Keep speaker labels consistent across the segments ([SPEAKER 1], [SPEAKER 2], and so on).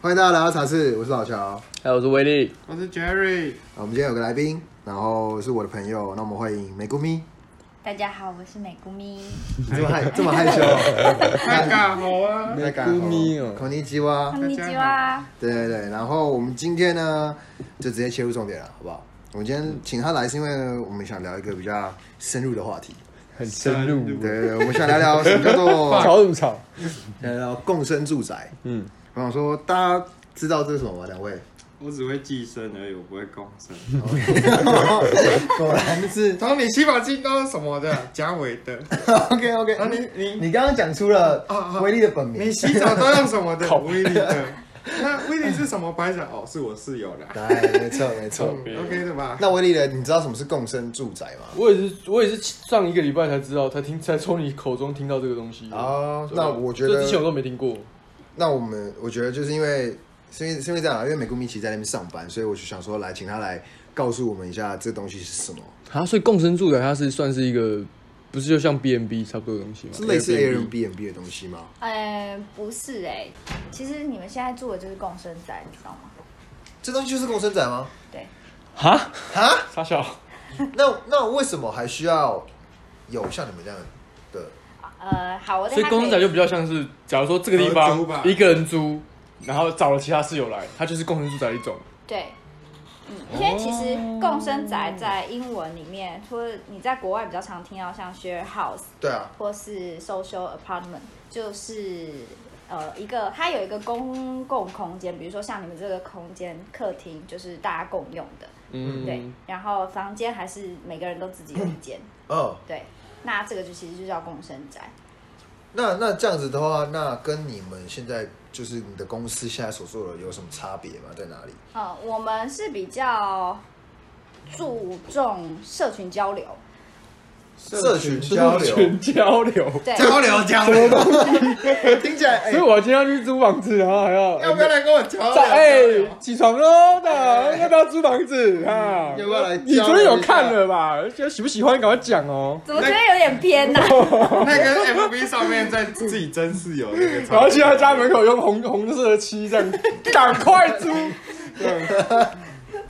[SPEAKER 1] 欢迎大家来到茶室，我是老乔。啊，
[SPEAKER 2] 还有我是威力，
[SPEAKER 3] 我是 Jerry，
[SPEAKER 1] 我们今天有个来宾，然后是我的朋友，那我们欢迎美姑咪。
[SPEAKER 4] 大家好，我是美姑咪。
[SPEAKER 1] 你这么害这么害 羞、哦，
[SPEAKER 3] 太敢好啊！
[SPEAKER 2] 美姑咪哦
[SPEAKER 1] 孔尼基哇
[SPEAKER 4] こ。んにちは。
[SPEAKER 1] 对对对，然后我们今天呢，就直接切入重点了，好不好？我们今天请他来是因为我们想聊一个比较深入的话题。
[SPEAKER 2] 很深入，
[SPEAKER 1] 对对对，我们想聊聊什么叫 做
[SPEAKER 2] 吵什么吵？
[SPEAKER 1] 聊聊共生住宅。
[SPEAKER 2] 嗯，
[SPEAKER 1] 我想说，大家知道这是什么吗？两位？
[SPEAKER 3] 我只会寄生而已，我不会共生。
[SPEAKER 2] 哦
[SPEAKER 1] 果然是
[SPEAKER 3] 然后你七宝金都是什么的？贾伟的。
[SPEAKER 1] OK OK，
[SPEAKER 3] 然后你你
[SPEAKER 1] 你刚刚讲出了
[SPEAKER 3] 啊啊
[SPEAKER 1] 威力的本名
[SPEAKER 3] 你。洗澡都用什 么的？威力的。那威力是什么牌子？哦，是我室友的。
[SPEAKER 1] 对，哎没错没错。
[SPEAKER 3] 嗯 OK 的吧？
[SPEAKER 1] 那威力呢？你知道什么是共生住宅吗？
[SPEAKER 2] 我也是，我也是上一个礼拜才知道，才听，才从你口中听到这个东西。
[SPEAKER 1] 哦
[SPEAKER 2] 对，
[SPEAKER 1] 那我觉
[SPEAKER 2] 这之啊前我
[SPEAKER 1] 得，
[SPEAKER 2] 都没听过。
[SPEAKER 1] 那我们我觉得就是因为是因为是因为这样啊，因为美国米奇在那边上班，所以我就想说来请他来告诉我们一下这东西是什么，
[SPEAKER 2] 啊，所以共生住宅它是算是一个，不是就像 B N B 差不多的东西吗？
[SPEAKER 1] 是类似
[SPEAKER 2] Airbnb
[SPEAKER 1] 啊 Airbnb 的东西吗？
[SPEAKER 4] 呃，不是哎、其实你们现在住的就是共生宅，你知道吗？
[SPEAKER 1] 这东西就是共生宅吗？
[SPEAKER 4] 对，
[SPEAKER 2] 哈，
[SPEAKER 1] 啊？
[SPEAKER 2] 傻小，
[SPEAKER 1] 那那为什么还需要有像你们这样的？
[SPEAKER 4] 呃，好，我
[SPEAKER 2] 所以共生宅就比较像是，假如说这个地
[SPEAKER 3] 合租吧
[SPEAKER 2] 方一个人租，然后找了其他室友来，它就是共生住宅的一种。
[SPEAKER 4] 对，嗯，因为其实共生宅在英文里面，除了你在国外比较常听到像 share house
[SPEAKER 1] 对啊，
[SPEAKER 4] 或是 social apartment，就是呃一个它有一个公共空间，比如说像你们这个空间客厅就是大家共用的，
[SPEAKER 2] 嗯，
[SPEAKER 4] 对，然后房间还是每个人都自己有一间，
[SPEAKER 1] 哦，
[SPEAKER 4] 对，那这个就其实就叫共生宅。
[SPEAKER 1] 那那这样子的话，那跟你们现在就是你的公司现在所做的有什么差别吗？在哪里？
[SPEAKER 4] 呃，我们是比较注重社群交流，
[SPEAKER 1] 社群交流，
[SPEAKER 2] 全交流。
[SPEAKER 4] 对，
[SPEAKER 1] 交流交流，听起来哎
[SPEAKER 2] 所以，我今天要去租房子，然后还要
[SPEAKER 3] 要不要来跟我交流？
[SPEAKER 2] 在哎，起床喽！那要不要租房子啊？
[SPEAKER 1] 要不要来
[SPEAKER 2] 你昨天有看了吧？觉得喜不喜欢？赶快讲哦！
[SPEAKER 4] 怎么觉得有点偏 呢、
[SPEAKER 2] 哎
[SPEAKER 3] 那个 FB 上面在自己真室友那个
[SPEAKER 2] 然
[SPEAKER 3] 超
[SPEAKER 2] 后去他家门口用红红色的漆这样， 赶快租！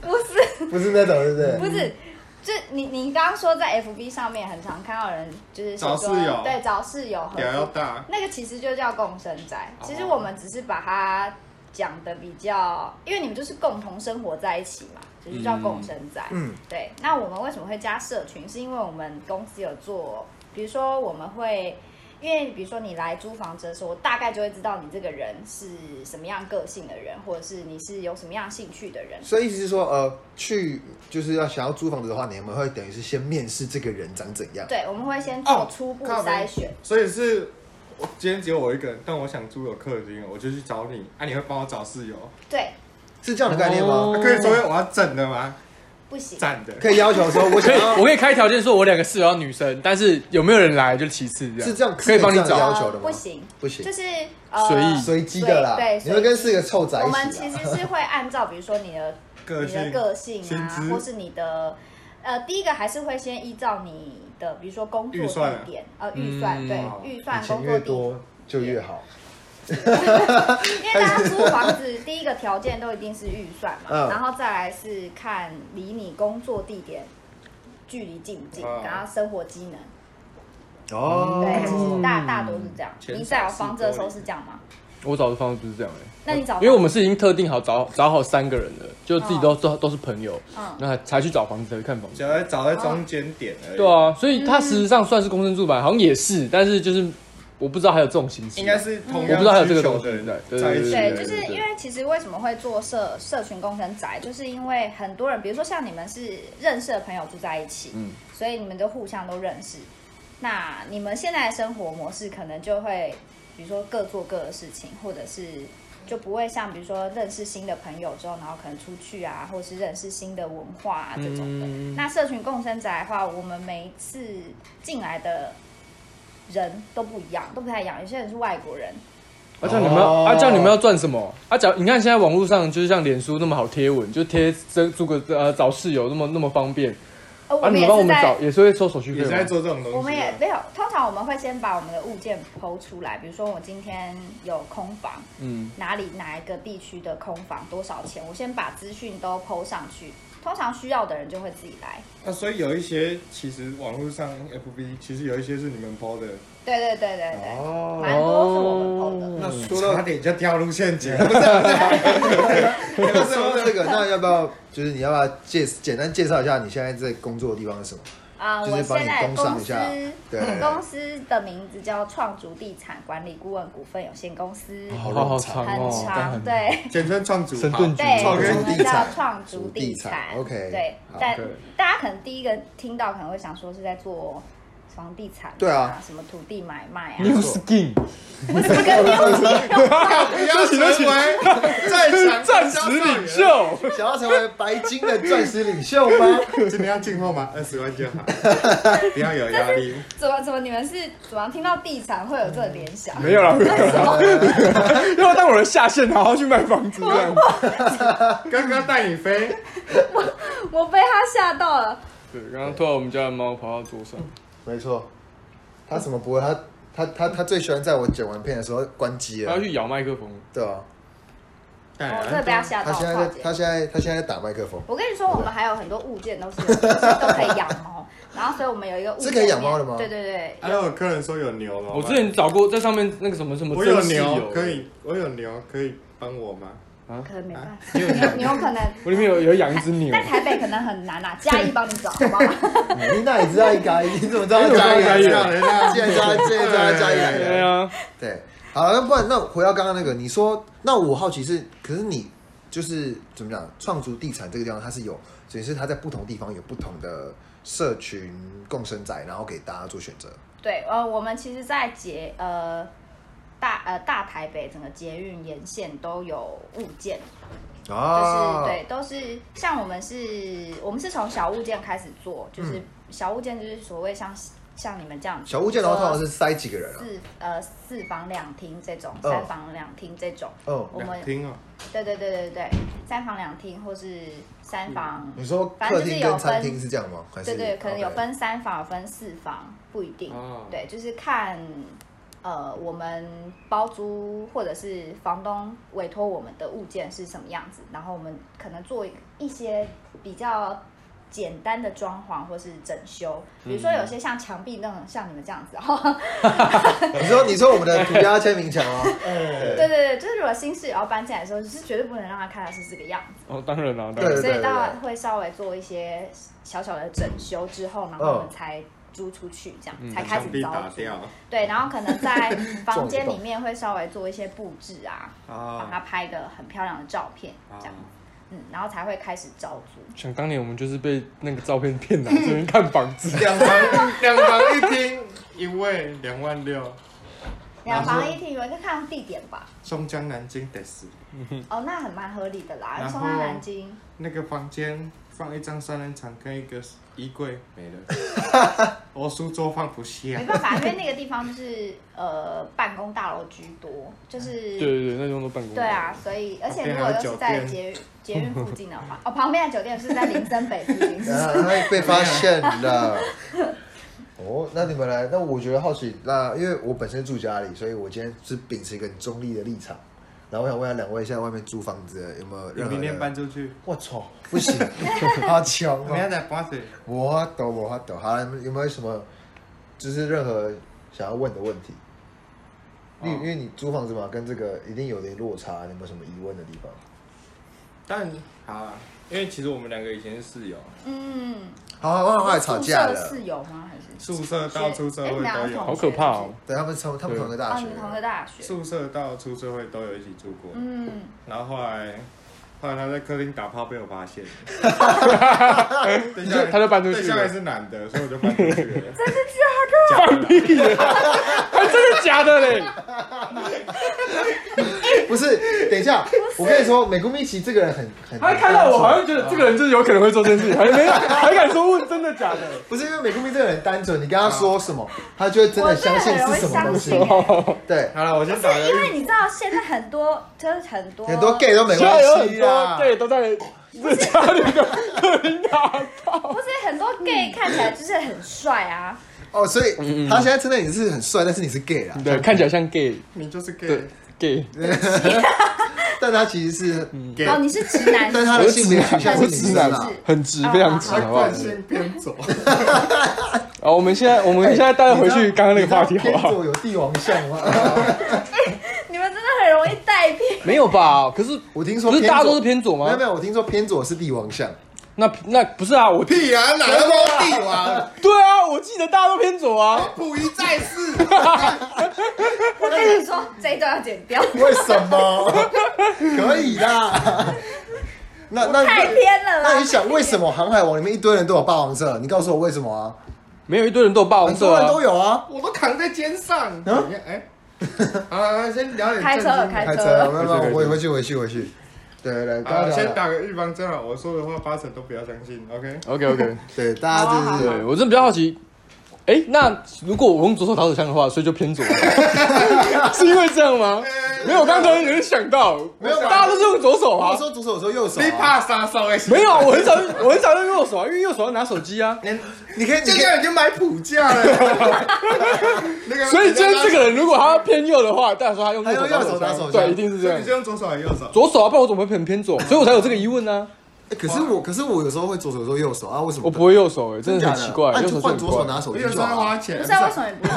[SPEAKER 4] 不是，
[SPEAKER 1] 不是那种，对不
[SPEAKER 4] 不
[SPEAKER 1] 对？
[SPEAKER 4] 是，就你你刚刚说在 FB 上面很常看到人就是
[SPEAKER 3] 找
[SPEAKER 4] 说
[SPEAKER 3] 室友
[SPEAKER 4] 对，找室友合
[SPEAKER 3] 屌要
[SPEAKER 4] 租，
[SPEAKER 3] 大。
[SPEAKER 4] 那个其实就叫共生宅。其实我们只是把它讲的比较，因为你们就是共同生活在一起嘛，就是叫共生宅。
[SPEAKER 1] 嗯，
[SPEAKER 4] 对，那我们为什么会加社群？是因为我们公司有做，比如说我们会，因为比如说你来租房子的时候，我大概就会知道你这个人是什么样个性的人，或者是你是有什么样兴趣的人。
[SPEAKER 1] 所以意思是说，呃，去就是要想要租房子的话，你们会等于是先面试这个人长怎样？
[SPEAKER 4] 对，我们会先做初步
[SPEAKER 3] 哦靠
[SPEAKER 4] 筛选。
[SPEAKER 3] 所以是我今天只有我一个人，但我想租有客厅，我就去找你。啊，你会帮我找室友？啊
[SPEAKER 4] 对，
[SPEAKER 1] 是这样的概念吗？
[SPEAKER 2] 哦
[SPEAKER 3] 可以说我要整的吗？
[SPEAKER 4] 不行，
[SPEAKER 3] 站的。
[SPEAKER 1] 可以要求说，我
[SPEAKER 2] 可
[SPEAKER 1] 想
[SPEAKER 2] 以，
[SPEAKER 1] 要
[SPEAKER 2] 我可以开条件说，我两个室友要女生，但是有没有人来就其次，这样
[SPEAKER 1] 是这样，
[SPEAKER 2] 可以帮你
[SPEAKER 1] 是这样
[SPEAKER 2] 找。
[SPEAKER 1] 要求的吗？
[SPEAKER 4] 呃不，行，
[SPEAKER 1] 不行
[SPEAKER 4] 就，是呃
[SPEAKER 2] 随意
[SPEAKER 1] 随机的啦
[SPEAKER 4] 对，。
[SPEAKER 1] 你们跟
[SPEAKER 4] 随
[SPEAKER 1] 四个臭宅
[SPEAKER 4] 我们
[SPEAKER 1] 一
[SPEAKER 4] 其
[SPEAKER 1] 起啊
[SPEAKER 4] 实
[SPEAKER 1] 啦。
[SPEAKER 4] 是会按照，比如说你的
[SPEAKER 3] 个
[SPEAKER 4] 你的
[SPEAKER 3] 性
[SPEAKER 4] 个性
[SPEAKER 3] 薪
[SPEAKER 4] 啊，
[SPEAKER 3] 资
[SPEAKER 4] 或是你的呃，第一个还是会先依照你的，比如说工作
[SPEAKER 3] 预算啊
[SPEAKER 4] 地点，呃，预算
[SPEAKER 2] 嗯
[SPEAKER 4] 对
[SPEAKER 3] 哦，
[SPEAKER 4] 预算
[SPEAKER 1] 你
[SPEAKER 4] 工
[SPEAKER 1] 钱
[SPEAKER 4] 作
[SPEAKER 1] 越
[SPEAKER 4] 地点，
[SPEAKER 1] 多就越好。
[SPEAKER 4] 因为大家租房子第一个条件都一定是预算嘛，
[SPEAKER 1] 嗯
[SPEAKER 4] 然后再来是看离你工作地点距离近不近
[SPEAKER 3] 哦，
[SPEAKER 4] 然后生活机能，
[SPEAKER 1] 哦
[SPEAKER 4] 对，其实大大多是这样。
[SPEAKER 3] 钱
[SPEAKER 4] 你在有
[SPEAKER 3] 少事
[SPEAKER 4] 房子的
[SPEAKER 3] 多
[SPEAKER 4] 时候
[SPEAKER 3] 一
[SPEAKER 4] 是这样吗？
[SPEAKER 2] 我找的方式不是这样哎。
[SPEAKER 4] 那
[SPEAKER 1] 哦
[SPEAKER 4] 你找
[SPEAKER 2] 因为我
[SPEAKER 4] 房
[SPEAKER 2] 们是已经特定好找找好三个人了，就自己都都都是朋友，
[SPEAKER 4] 嗯
[SPEAKER 2] 那才去找房子，才去看房子
[SPEAKER 3] 只。要找在中间点而已。
[SPEAKER 2] 对，啊，所以它实际上算是公生住吧，好像也是，但是就是我不知道还有这种形式，
[SPEAKER 3] 应该是同
[SPEAKER 2] 我不
[SPEAKER 3] 样
[SPEAKER 2] 知道还有这
[SPEAKER 3] 需
[SPEAKER 2] 个
[SPEAKER 3] 求
[SPEAKER 2] 东
[SPEAKER 3] 的
[SPEAKER 2] 西
[SPEAKER 3] 人
[SPEAKER 2] 在，
[SPEAKER 3] 在一起
[SPEAKER 4] 对，
[SPEAKER 2] 对，
[SPEAKER 4] 就是因为其实为什么会做社社群工程宅，就是因为很多人，比如说像你们是认识的朋友住在一起，
[SPEAKER 2] 嗯
[SPEAKER 4] 所以你们都互相都认识。那你们现在的生活模式可能就会，比如说各做各的事情，或者是就不会像比如说认识新的朋友之后，然后可能出去啊，或是认识新的文化啊这种的。
[SPEAKER 2] 嗯
[SPEAKER 4] 那社群共生宅的话，我们每一次进来的人都不一样，都不太一样。有些人是外国人，
[SPEAKER 2] 啊，这样你们要、
[SPEAKER 1] 哦
[SPEAKER 2] 啊，这样你们要赚什么？啊，假如你看现在网络上就是像脸书那么好贴文，就贴这租个呃找室友那么那么方便，
[SPEAKER 4] 呃，我
[SPEAKER 2] 啊，
[SPEAKER 4] 们
[SPEAKER 2] 你
[SPEAKER 4] 也
[SPEAKER 2] 帮我
[SPEAKER 4] 是
[SPEAKER 2] 们
[SPEAKER 4] 在
[SPEAKER 2] 找也是会收手续费
[SPEAKER 3] 也是在
[SPEAKER 2] 吗？
[SPEAKER 3] 做这种东西啊。
[SPEAKER 4] 我们也没有，通常我们会先把我们的物件剖出来，比如说我今天有空房，
[SPEAKER 2] 嗯，
[SPEAKER 4] 哪里哪一个地区的空房多少钱，我先把资讯都剖上去。通常需要的人就会自己来。
[SPEAKER 3] 那啊所以有一些其实网络上 FB 其实有一些是你们抛的，
[SPEAKER 4] 对对对对对，
[SPEAKER 3] 哦
[SPEAKER 4] 蛮多是我们剖的。
[SPEAKER 3] 那说到差点就掉入陷阱，
[SPEAKER 1] 说到这个，那要不要就是你要不要介简单介绍一下你现在在工作的地方是什么？
[SPEAKER 4] 啊、
[SPEAKER 1] 就是
[SPEAKER 4] 我
[SPEAKER 1] 帮
[SPEAKER 4] 现
[SPEAKER 1] 你
[SPEAKER 4] 在
[SPEAKER 1] 工商
[SPEAKER 4] 公
[SPEAKER 1] 一
[SPEAKER 4] 司
[SPEAKER 1] 下对
[SPEAKER 4] 公司的名字叫创竹地产管理顾问股份有限公司，
[SPEAKER 2] 好好好长
[SPEAKER 4] 很
[SPEAKER 2] 哦，但
[SPEAKER 4] 长，
[SPEAKER 2] 很
[SPEAKER 4] 对。
[SPEAKER 3] 简称创主
[SPEAKER 2] 神 盾局
[SPEAKER 4] 对，
[SPEAKER 3] 创
[SPEAKER 4] 我
[SPEAKER 3] 跟
[SPEAKER 1] 竹
[SPEAKER 4] 们
[SPEAKER 1] 地
[SPEAKER 4] 叫
[SPEAKER 1] 产
[SPEAKER 4] 创竹地
[SPEAKER 1] 竹地产，OK，
[SPEAKER 4] 对
[SPEAKER 1] 好，
[SPEAKER 4] 但
[SPEAKER 3] 对
[SPEAKER 4] 大家可能第一个听到可能会想说是在做房地产，
[SPEAKER 1] 对啊，
[SPEAKER 4] 什么土地买卖啊，
[SPEAKER 2] New Skin
[SPEAKER 4] 不是跟 new
[SPEAKER 1] 不要成 为
[SPEAKER 3] 战场
[SPEAKER 2] 暂时领，袖，
[SPEAKER 1] 想要成为白金的钻石领袖吗？
[SPEAKER 3] 今天要进货吗？二十万 就好，不要有压力。
[SPEAKER 4] 怎么怎么你们是怎么听到地产会有这个联想？
[SPEAKER 2] 没有了，没有了， 要当我的下线，好好去卖房 子这样。
[SPEAKER 3] 刚刚带你
[SPEAKER 4] 哦
[SPEAKER 3] 飞，
[SPEAKER 4] 我被他吓到了。
[SPEAKER 2] 对，刚刚突然我们家的猫跑到桌上，
[SPEAKER 1] 没错，他什么不会？他他他他最喜欢在我剪完片的时候关机
[SPEAKER 2] 它
[SPEAKER 1] 了
[SPEAKER 2] 要，去咬麦克风。
[SPEAKER 1] 对吧？
[SPEAKER 3] 哎
[SPEAKER 4] 我真的被他吓
[SPEAKER 1] 他
[SPEAKER 4] 到
[SPEAKER 1] 现在
[SPEAKER 4] 了，化
[SPEAKER 1] 在
[SPEAKER 4] 解。
[SPEAKER 1] 他现在他现在在打麦克风，
[SPEAKER 4] 我跟你说，我们还有很多物件都是有 其实都可以养猫，然后所以我们有一个物件
[SPEAKER 1] 是可以养猫的吗
[SPEAKER 4] 对对对，
[SPEAKER 3] 还有哎客人说有牛吗？
[SPEAKER 2] 我之前找过在上面那个什么什么，
[SPEAKER 3] 我有牛可，以，我有牛可以帮我吗？
[SPEAKER 4] 可能没办法，你有你有可能
[SPEAKER 2] 我里面有有养一只 牛
[SPEAKER 4] 在。台北可能很难啊，嘉义帮你找好不好？
[SPEAKER 1] 嗯你哪里知道一加一？你怎么
[SPEAKER 3] 哎
[SPEAKER 1] 知道一
[SPEAKER 2] 加
[SPEAKER 1] 加
[SPEAKER 2] 一
[SPEAKER 1] 一？
[SPEAKER 2] 加一
[SPEAKER 1] 既然加既然加加一来的
[SPEAKER 2] 对。啊，
[SPEAKER 1] 对，好了，那不然那回到刚刚那个，你说，那我好奇是，可是你就是怎么讲，创足地产这个地方它是有，只是它在不同地方有不同的社群共生宅，然后给大家做选择。
[SPEAKER 4] 对，呃，我们其实，在捷呃大呃大台北整个捷运沿线都有物件，
[SPEAKER 1] 啊
[SPEAKER 4] 就是、对，都是像我们是，我们是从小物件开始做，就是小物件就是所谓像像你们这样
[SPEAKER 1] 嗯小物件的话，通常
[SPEAKER 4] 说
[SPEAKER 1] 是塞几个人啊？
[SPEAKER 4] 四呃四房两厅这种，
[SPEAKER 1] 哦
[SPEAKER 4] 三房两厅这种，
[SPEAKER 1] 哦，
[SPEAKER 4] 我们
[SPEAKER 3] 听哦，
[SPEAKER 4] 对对对对对，三房两厅或是三房。
[SPEAKER 1] 你说
[SPEAKER 4] 反
[SPEAKER 1] 客
[SPEAKER 4] 正就是
[SPEAKER 1] 厅
[SPEAKER 4] 有
[SPEAKER 1] 跟餐
[SPEAKER 4] 分
[SPEAKER 1] 厅是这样吗？还是
[SPEAKER 4] 对对，可能有
[SPEAKER 1] OK
[SPEAKER 4] 分三房，有分四房，不一定。
[SPEAKER 2] 哦
[SPEAKER 4] 对，就是看呃我们包租或者是房东委托我们的物件是什么样子，然后我们可能做一些比较。简单的装潢或是整修，比如说
[SPEAKER 1] 嗯
[SPEAKER 4] 有些像墙壁那种，像你们这样 子哦。
[SPEAKER 1] 你说你说我们的涂鸦签名墙啊？
[SPEAKER 4] 对对对，就是如果新室友要搬进来的时候，就是绝对不能让他看到是这个样子，
[SPEAKER 2] 哦，当然啦，当
[SPEAKER 1] 对
[SPEAKER 2] 然
[SPEAKER 1] 对
[SPEAKER 4] 所以
[SPEAKER 1] 对
[SPEAKER 4] 当然会稍微做一些小小的整修之后，然后我
[SPEAKER 1] 哦
[SPEAKER 4] 们才租出去，这样、才开
[SPEAKER 3] 嗯墙
[SPEAKER 4] 始
[SPEAKER 3] 壁
[SPEAKER 4] 招
[SPEAKER 3] 打
[SPEAKER 4] 租。
[SPEAKER 3] 掉
[SPEAKER 4] 对，然后可 能在房间里面会稍微做一些布置啊，把它
[SPEAKER 3] 啊
[SPEAKER 4] 拍的很漂亮的照片，这样，嗯，然后才会开始招租。
[SPEAKER 2] 想当年我们就是被那个照片骗来这边看房 子，
[SPEAKER 3] 两房两房一厅一位两万六，
[SPEAKER 4] 两房一厅，有一个看地点吧，
[SPEAKER 3] 松江南京得死。
[SPEAKER 4] 哦，那很蛮合理的啦，
[SPEAKER 3] 嗯然后
[SPEAKER 4] 松江南京，
[SPEAKER 3] 那个房间放一张三人床跟一个衣柜没了， 我书桌放不下
[SPEAKER 4] 没。办法，因为那个地方就是呃办公大楼居多，就
[SPEAKER 2] 对
[SPEAKER 4] 是。
[SPEAKER 2] 对对，那种都办公。
[SPEAKER 4] 对啊，，所以而且
[SPEAKER 3] 旁边
[SPEAKER 4] 如
[SPEAKER 3] 还
[SPEAKER 4] 果
[SPEAKER 3] 有
[SPEAKER 4] 又是
[SPEAKER 3] 酒
[SPEAKER 4] 在
[SPEAKER 3] 店
[SPEAKER 4] 捷捷运附近的话， 哦，旁边的酒店是在林森北附近，嗯是不是
[SPEAKER 1] 啊，会被发现的。 哦，那你们来，那我觉得好奇，那因为我本身住家里，所以我今天是秉持一个很中立的立场，然后我想问下两位，现在外面租房子的有没有
[SPEAKER 3] 你
[SPEAKER 1] 任何
[SPEAKER 3] 明天搬
[SPEAKER 1] 的？
[SPEAKER 3] 出去，
[SPEAKER 1] 我操， 不行，好穷
[SPEAKER 3] 我明天
[SPEAKER 1] 哦！
[SPEAKER 3] 再搬水。
[SPEAKER 1] 我懂，我懂。好了，有没有什么就是任何想要问的问题？因为因为你租房子嘛，跟这个一定有点落差，有没有什么疑问的地方？
[SPEAKER 3] 但好啊，因为其实我们两个以前是室友，
[SPEAKER 4] 嗯，
[SPEAKER 1] 好好，好，后来吵架
[SPEAKER 4] 宿舍
[SPEAKER 1] 了。
[SPEAKER 4] 室友吗？还是
[SPEAKER 3] 宿舍到出社会
[SPEAKER 4] 哎
[SPEAKER 3] 都
[SPEAKER 4] 你俩
[SPEAKER 3] 有，
[SPEAKER 2] 好可怕哦。
[SPEAKER 1] 对，他们从他们同一个大
[SPEAKER 4] 哦，
[SPEAKER 1] 学
[SPEAKER 4] 你，同个大学，
[SPEAKER 3] 宿舍到出社会都有一起住过。
[SPEAKER 4] 嗯，
[SPEAKER 3] 然后后来，后来他在客厅打炮被我发 现，对
[SPEAKER 2] 你就他就搬出去了
[SPEAKER 3] 对象还是男的，所以我就搬出去 了。
[SPEAKER 2] 放屁的，还哎真的假的嘞？
[SPEAKER 1] 不是，等一下，我跟你说，美国米奇这个人很很，
[SPEAKER 2] 他看到我好像觉得这个人就是有可能会做这件事情，还没还敢说问真的假的？
[SPEAKER 1] 不是因为美国米这个人很单纯，你跟他说什么，他就会真的相信是什么东西
[SPEAKER 4] 我真的很容易。
[SPEAKER 1] 对，
[SPEAKER 3] 好了，我先
[SPEAKER 4] 不
[SPEAKER 3] 打
[SPEAKER 4] 是
[SPEAKER 3] 个
[SPEAKER 4] 因
[SPEAKER 3] 预
[SPEAKER 4] 为你知道现在很多就是很多
[SPEAKER 1] 很多 gay 都没
[SPEAKER 2] 啊现在有
[SPEAKER 1] 关
[SPEAKER 2] 很
[SPEAKER 1] 系
[SPEAKER 2] 多
[SPEAKER 1] 啦。
[SPEAKER 2] 对都在这家里的客厅啊大
[SPEAKER 4] 不是很多 gay 看起来就是很帅啊，
[SPEAKER 1] 哦，所以他现在称赞你是很帅，但是你是 gay 啦，
[SPEAKER 2] 嗯对，看起来像 gay
[SPEAKER 3] 你就是 gay，
[SPEAKER 2] 对 gay，
[SPEAKER 1] 但他其实是，
[SPEAKER 4] 哦，你是直男，
[SPEAKER 1] 嗯但他的性别取向是
[SPEAKER 2] 我
[SPEAKER 1] 女
[SPEAKER 2] 直
[SPEAKER 1] 生
[SPEAKER 2] 男
[SPEAKER 1] 啦。
[SPEAKER 2] 啊很直，非常直，
[SPEAKER 3] 他
[SPEAKER 2] 好不好
[SPEAKER 3] 惯？性偏左，
[SPEAKER 2] 好，我们现在我们现在带回去刚刚那个话题，
[SPEAKER 1] 你知
[SPEAKER 2] 好
[SPEAKER 1] 道天
[SPEAKER 2] 不好？
[SPEAKER 1] 座有帝王像 吗？
[SPEAKER 4] 你们真的很容易带偏。
[SPEAKER 2] 没有吧？可是
[SPEAKER 1] 我听说
[SPEAKER 2] 不是
[SPEAKER 1] 偏左
[SPEAKER 2] 大家都是偏左
[SPEAKER 1] 没有
[SPEAKER 2] 吗
[SPEAKER 1] 没？有，我听说偏左是帝王像，
[SPEAKER 2] 那那不是啊，我
[SPEAKER 3] 屁啊，哪那么帝 王？
[SPEAKER 2] 对啊，我记得大家都偏左啊。
[SPEAKER 3] 溥仪在世，
[SPEAKER 4] 我跟你说，这一段要剪掉，
[SPEAKER 1] 为什么？可以啦。那那
[SPEAKER 4] 太偏了啦
[SPEAKER 1] 那你想为什么《航海王》里面一堆人都有霸王色？你告诉我为什么啊？
[SPEAKER 2] 没有一堆人都有霸王
[SPEAKER 1] 很多
[SPEAKER 2] 色
[SPEAKER 1] 人
[SPEAKER 2] 啊
[SPEAKER 1] 都，有啊。
[SPEAKER 3] 我都扛在肩上。
[SPEAKER 1] 嗯
[SPEAKER 3] 你看哎，好了，好了先聊点
[SPEAKER 4] 开
[SPEAKER 3] 正
[SPEAKER 4] 车
[SPEAKER 3] 经的
[SPEAKER 4] 开
[SPEAKER 1] 哎开车了，没有
[SPEAKER 2] 回去
[SPEAKER 1] 没有，回
[SPEAKER 2] 回
[SPEAKER 1] 回去回去回去。对对对，大
[SPEAKER 3] 好，
[SPEAKER 1] 家
[SPEAKER 3] 先打个预防针啊！我说的话八成都不要相信，OK？
[SPEAKER 2] OK OK，
[SPEAKER 1] 对大家就
[SPEAKER 4] 好啊
[SPEAKER 1] 是
[SPEAKER 4] 好啊
[SPEAKER 2] 对我真的比较好奇，哎、那如果我用左手打手枪的话，所以就 偏左，是因为这样吗？没有，我刚刚突然有点想到，
[SPEAKER 1] 呃没有吧
[SPEAKER 2] 大家都是用左手
[SPEAKER 1] 我
[SPEAKER 2] 啊，
[SPEAKER 1] 说左手，我说右手啊。
[SPEAKER 3] 你怕杀手哎？
[SPEAKER 2] 没有，啊，我很少，我很少用右手啊，因为右手要拿手机啊。
[SPEAKER 1] 你可以，你
[SPEAKER 3] 这
[SPEAKER 1] 可以
[SPEAKER 3] 个已经买普价了。 那个
[SPEAKER 2] 所以今天这个人如果他偏右的话，代表说他用
[SPEAKER 1] 他用
[SPEAKER 2] 右
[SPEAKER 1] 右手
[SPEAKER 2] 手
[SPEAKER 1] 打
[SPEAKER 2] 打
[SPEAKER 1] 手枪
[SPEAKER 2] 手枪，对，一定是这
[SPEAKER 3] 所以
[SPEAKER 2] 样
[SPEAKER 3] 你是。用左手还是右手？
[SPEAKER 2] 左手啊，不然我怎么会很偏左？所以我才有这个疑问呢、
[SPEAKER 1] 欸可是我，可是我有时候会左手，有时候右手啊，为什么？
[SPEAKER 2] 我不会右手、哎，真的
[SPEAKER 1] 假
[SPEAKER 2] 很奇怪，
[SPEAKER 1] 那
[SPEAKER 2] 右
[SPEAKER 1] 你
[SPEAKER 2] 手
[SPEAKER 1] 就
[SPEAKER 2] 就
[SPEAKER 1] 换
[SPEAKER 2] 很
[SPEAKER 1] 左手
[SPEAKER 2] 怪。
[SPEAKER 1] 拿手
[SPEAKER 3] 我
[SPEAKER 1] 机
[SPEAKER 3] 有时
[SPEAKER 1] 就
[SPEAKER 3] 候要
[SPEAKER 1] 好
[SPEAKER 3] 花
[SPEAKER 1] 了。
[SPEAKER 3] 钱，
[SPEAKER 4] 不是啊为什么你不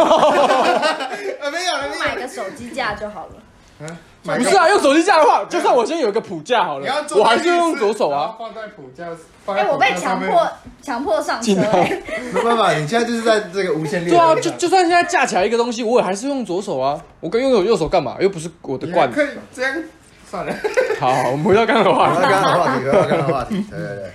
[SPEAKER 3] 呃，没有了，没有
[SPEAKER 4] 买个手机架就好了？
[SPEAKER 3] 嗯买
[SPEAKER 2] 不
[SPEAKER 3] 个
[SPEAKER 2] 是啊，用手机架的话，就算我现在有一个谱架好
[SPEAKER 3] 你
[SPEAKER 2] 了
[SPEAKER 3] 要，做
[SPEAKER 2] 我还是
[SPEAKER 3] 这件事
[SPEAKER 2] 用左手
[SPEAKER 3] 然后
[SPEAKER 2] 啊。
[SPEAKER 3] 放在普架，放在
[SPEAKER 4] 哎，我被
[SPEAKER 3] 普架上
[SPEAKER 4] 强
[SPEAKER 3] 面
[SPEAKER 4] 迫强迫上车
[SPEAKER 2] 进来
[SPEAKER 4] 哎，
[SPEAKER 1] 没办法，你现在就是在这个无限列
[SPEAKER 2] 对啊，
[SPEAKER 1] 位。
[SPEAKER 2] 就就算现在架起来一个东西，我也还是用左手啊。我跟用右手干嘛？又不是我的
[SPEAKER 3] 你还
[SPEAKER 2] 惯。
[SPEAKER 3] 可以这样，算了，
[SPEAKER 2] 好，好我们回到刚刚的
[SPEAKER 1] 回到
[SPEAKER 2] 话
[SPEAKER 1] 刚刚的话题，回到刚刚的话题。对对对，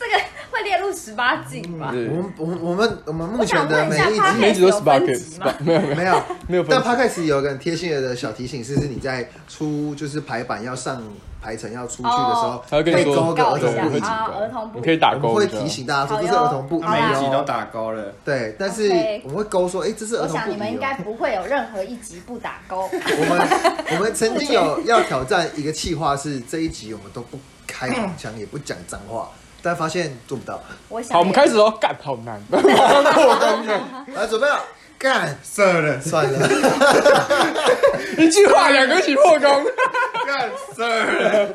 [SPEAKER 4] 这个会列入十八禁吧？
[SPEAKER 2] 题。
[SPEAKER 1] 我们我们我们我们目
[SPEAKER 4] 我
[SPEAKER 1] 前
[SPEAKER 4] 想
[SPEAKER 1] 的
[SPEAKER 4] 问一
[SPEAKER 1] 每
[SPEAKER 4] 下
[SPEAKER 1] 一
[SPEAKER 4] 他
[SPEAKER 1] 集
[SPEAKER 2] 每一集都十八
[SPEAKER 4] 有
[SPEAKER 2] 个
[SPEAKER 4] 分级吗，
[SPEAKER 2] 没有没有
[SPEAKER 1] 没有。
[SPEAKER 2] 没有分
[SPEAKER 1] 但
[SPEAKER 2] 级。
[SPEAKER 1] Podcast 有个很贴心的小提醒，是是你在出就是排版要上排程要出去的时候
[SPEAKER 4] 哦，
[SPEAKER 2] 他会跟你说
[SPEAKER 1] 勾个
[SPEAKER 4] 告
[SPEAKER 1] 儿
[SPEAKER 4] 一
[SPEAKER 1] 童
[SPEAKER 4] 下
[SPEAKER 1] 部
[SPEAKER 2] 会
[SPEAKER 1] 的
[SPEAKER 2] 警告
[SPEAKER 4] 啊，儿童
[SPEAKER 2] 你
[SPEAKER 4] 部
[SPEAKER 2] 可以打
[SPEAKER 1] 我们
[SPEAKER 2] 勾
[SPEAKER 1] 会
[SPEAKER 2] 一下。
[SPEAKER 1] 提醒大家说
[SPEAKER 4] 好
[SPEAKER 1] 这
[SPEAKER 4] 哟
[SPEAKER 1] 是儿童部，
[SPEAKER 4] 好啦
[SPEAKER 1] 没有
[SPEAKER 3] 打勾了，
[SPEAKER 1] 对，但是
[SPEAKER 4] OK
[SPEAKER 1] 我们会勾说，哎，这是儿
[SPEAKER 4] 我
[SPEAKER 1] 童
[SPEAKER 4] 想
[SPEAKER 1] 部。
[SPEAKER 4] 你们应该不会有任何一集不打勾。
[SPEAKER 1] 我们 我们曾经有要挑战一个企划，是这一集我们都不开
[SPEAKER 4] 嗯
[SPEAKER 1] 黄腔，也不讲脏话，但发现做不到。
[SPEAKER 4] 我想
[SPEAKER 2] 好，我们开始哦。干，好难， 马上过关了。
[SPEAKER 1] 来，准备了，干，
[SPEAKER 3] 射了，
[SPEAKER 1] 算了，
[SPEAKER 2] 一句话，两个一起破功。
[SPEAKER 3] 干射了，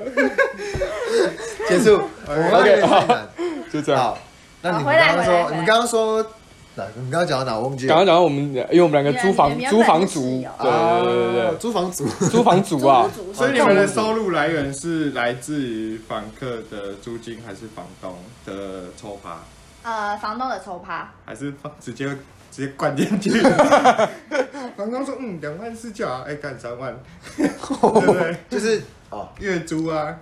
[SPEAKER 1] 结束。我们有点哎太 难。
[SPEAKER 2] 就这样。
[SPEAKER 1] 好，那你
[SPEAKER 4] 好
[SPEAKER 1] 们
[SPEAKER 4] 回来
[SPEAKER 1] 刚刚
[SPEAKER 4] 回来
[SPEAKER 1] 说，
[SPEAKER 4] 回来
[SPEAKER 1] 你们刚刚说哪？你们刚刚讲到哪？我忘记
[SPEAKER 2] 刚
[SPEAKER 1] 了。
[SPEAKER 2] 刚讲到我们，因为我们两个租房
[SPEAKER 4] 你们
[SPEAKER 2] 租房族
[SPEAKER 4] 你们，
[SPEAKER 2] 对对对对
[SPEAKER 1] 啊
[SPEAKER 2] 对，
[SPEAKER 1] 租房族，
[SPEAKER 2] 租房族 啊。
[SPEAKER 4] 租屋族
[SPEAKER 3] 所以你们的收入来源是来自于房客的租金，还是房东的抽趴，
[SPEAKER 4] 呃房东的抽趴，
[SPEAKER 3] 还是放直接直接灌进去？房东说，嗯，两万四就好，哎，干三万，对不对？
[SPEAKER 1] 就是哦，
[SPEAKER 3] 月租啊，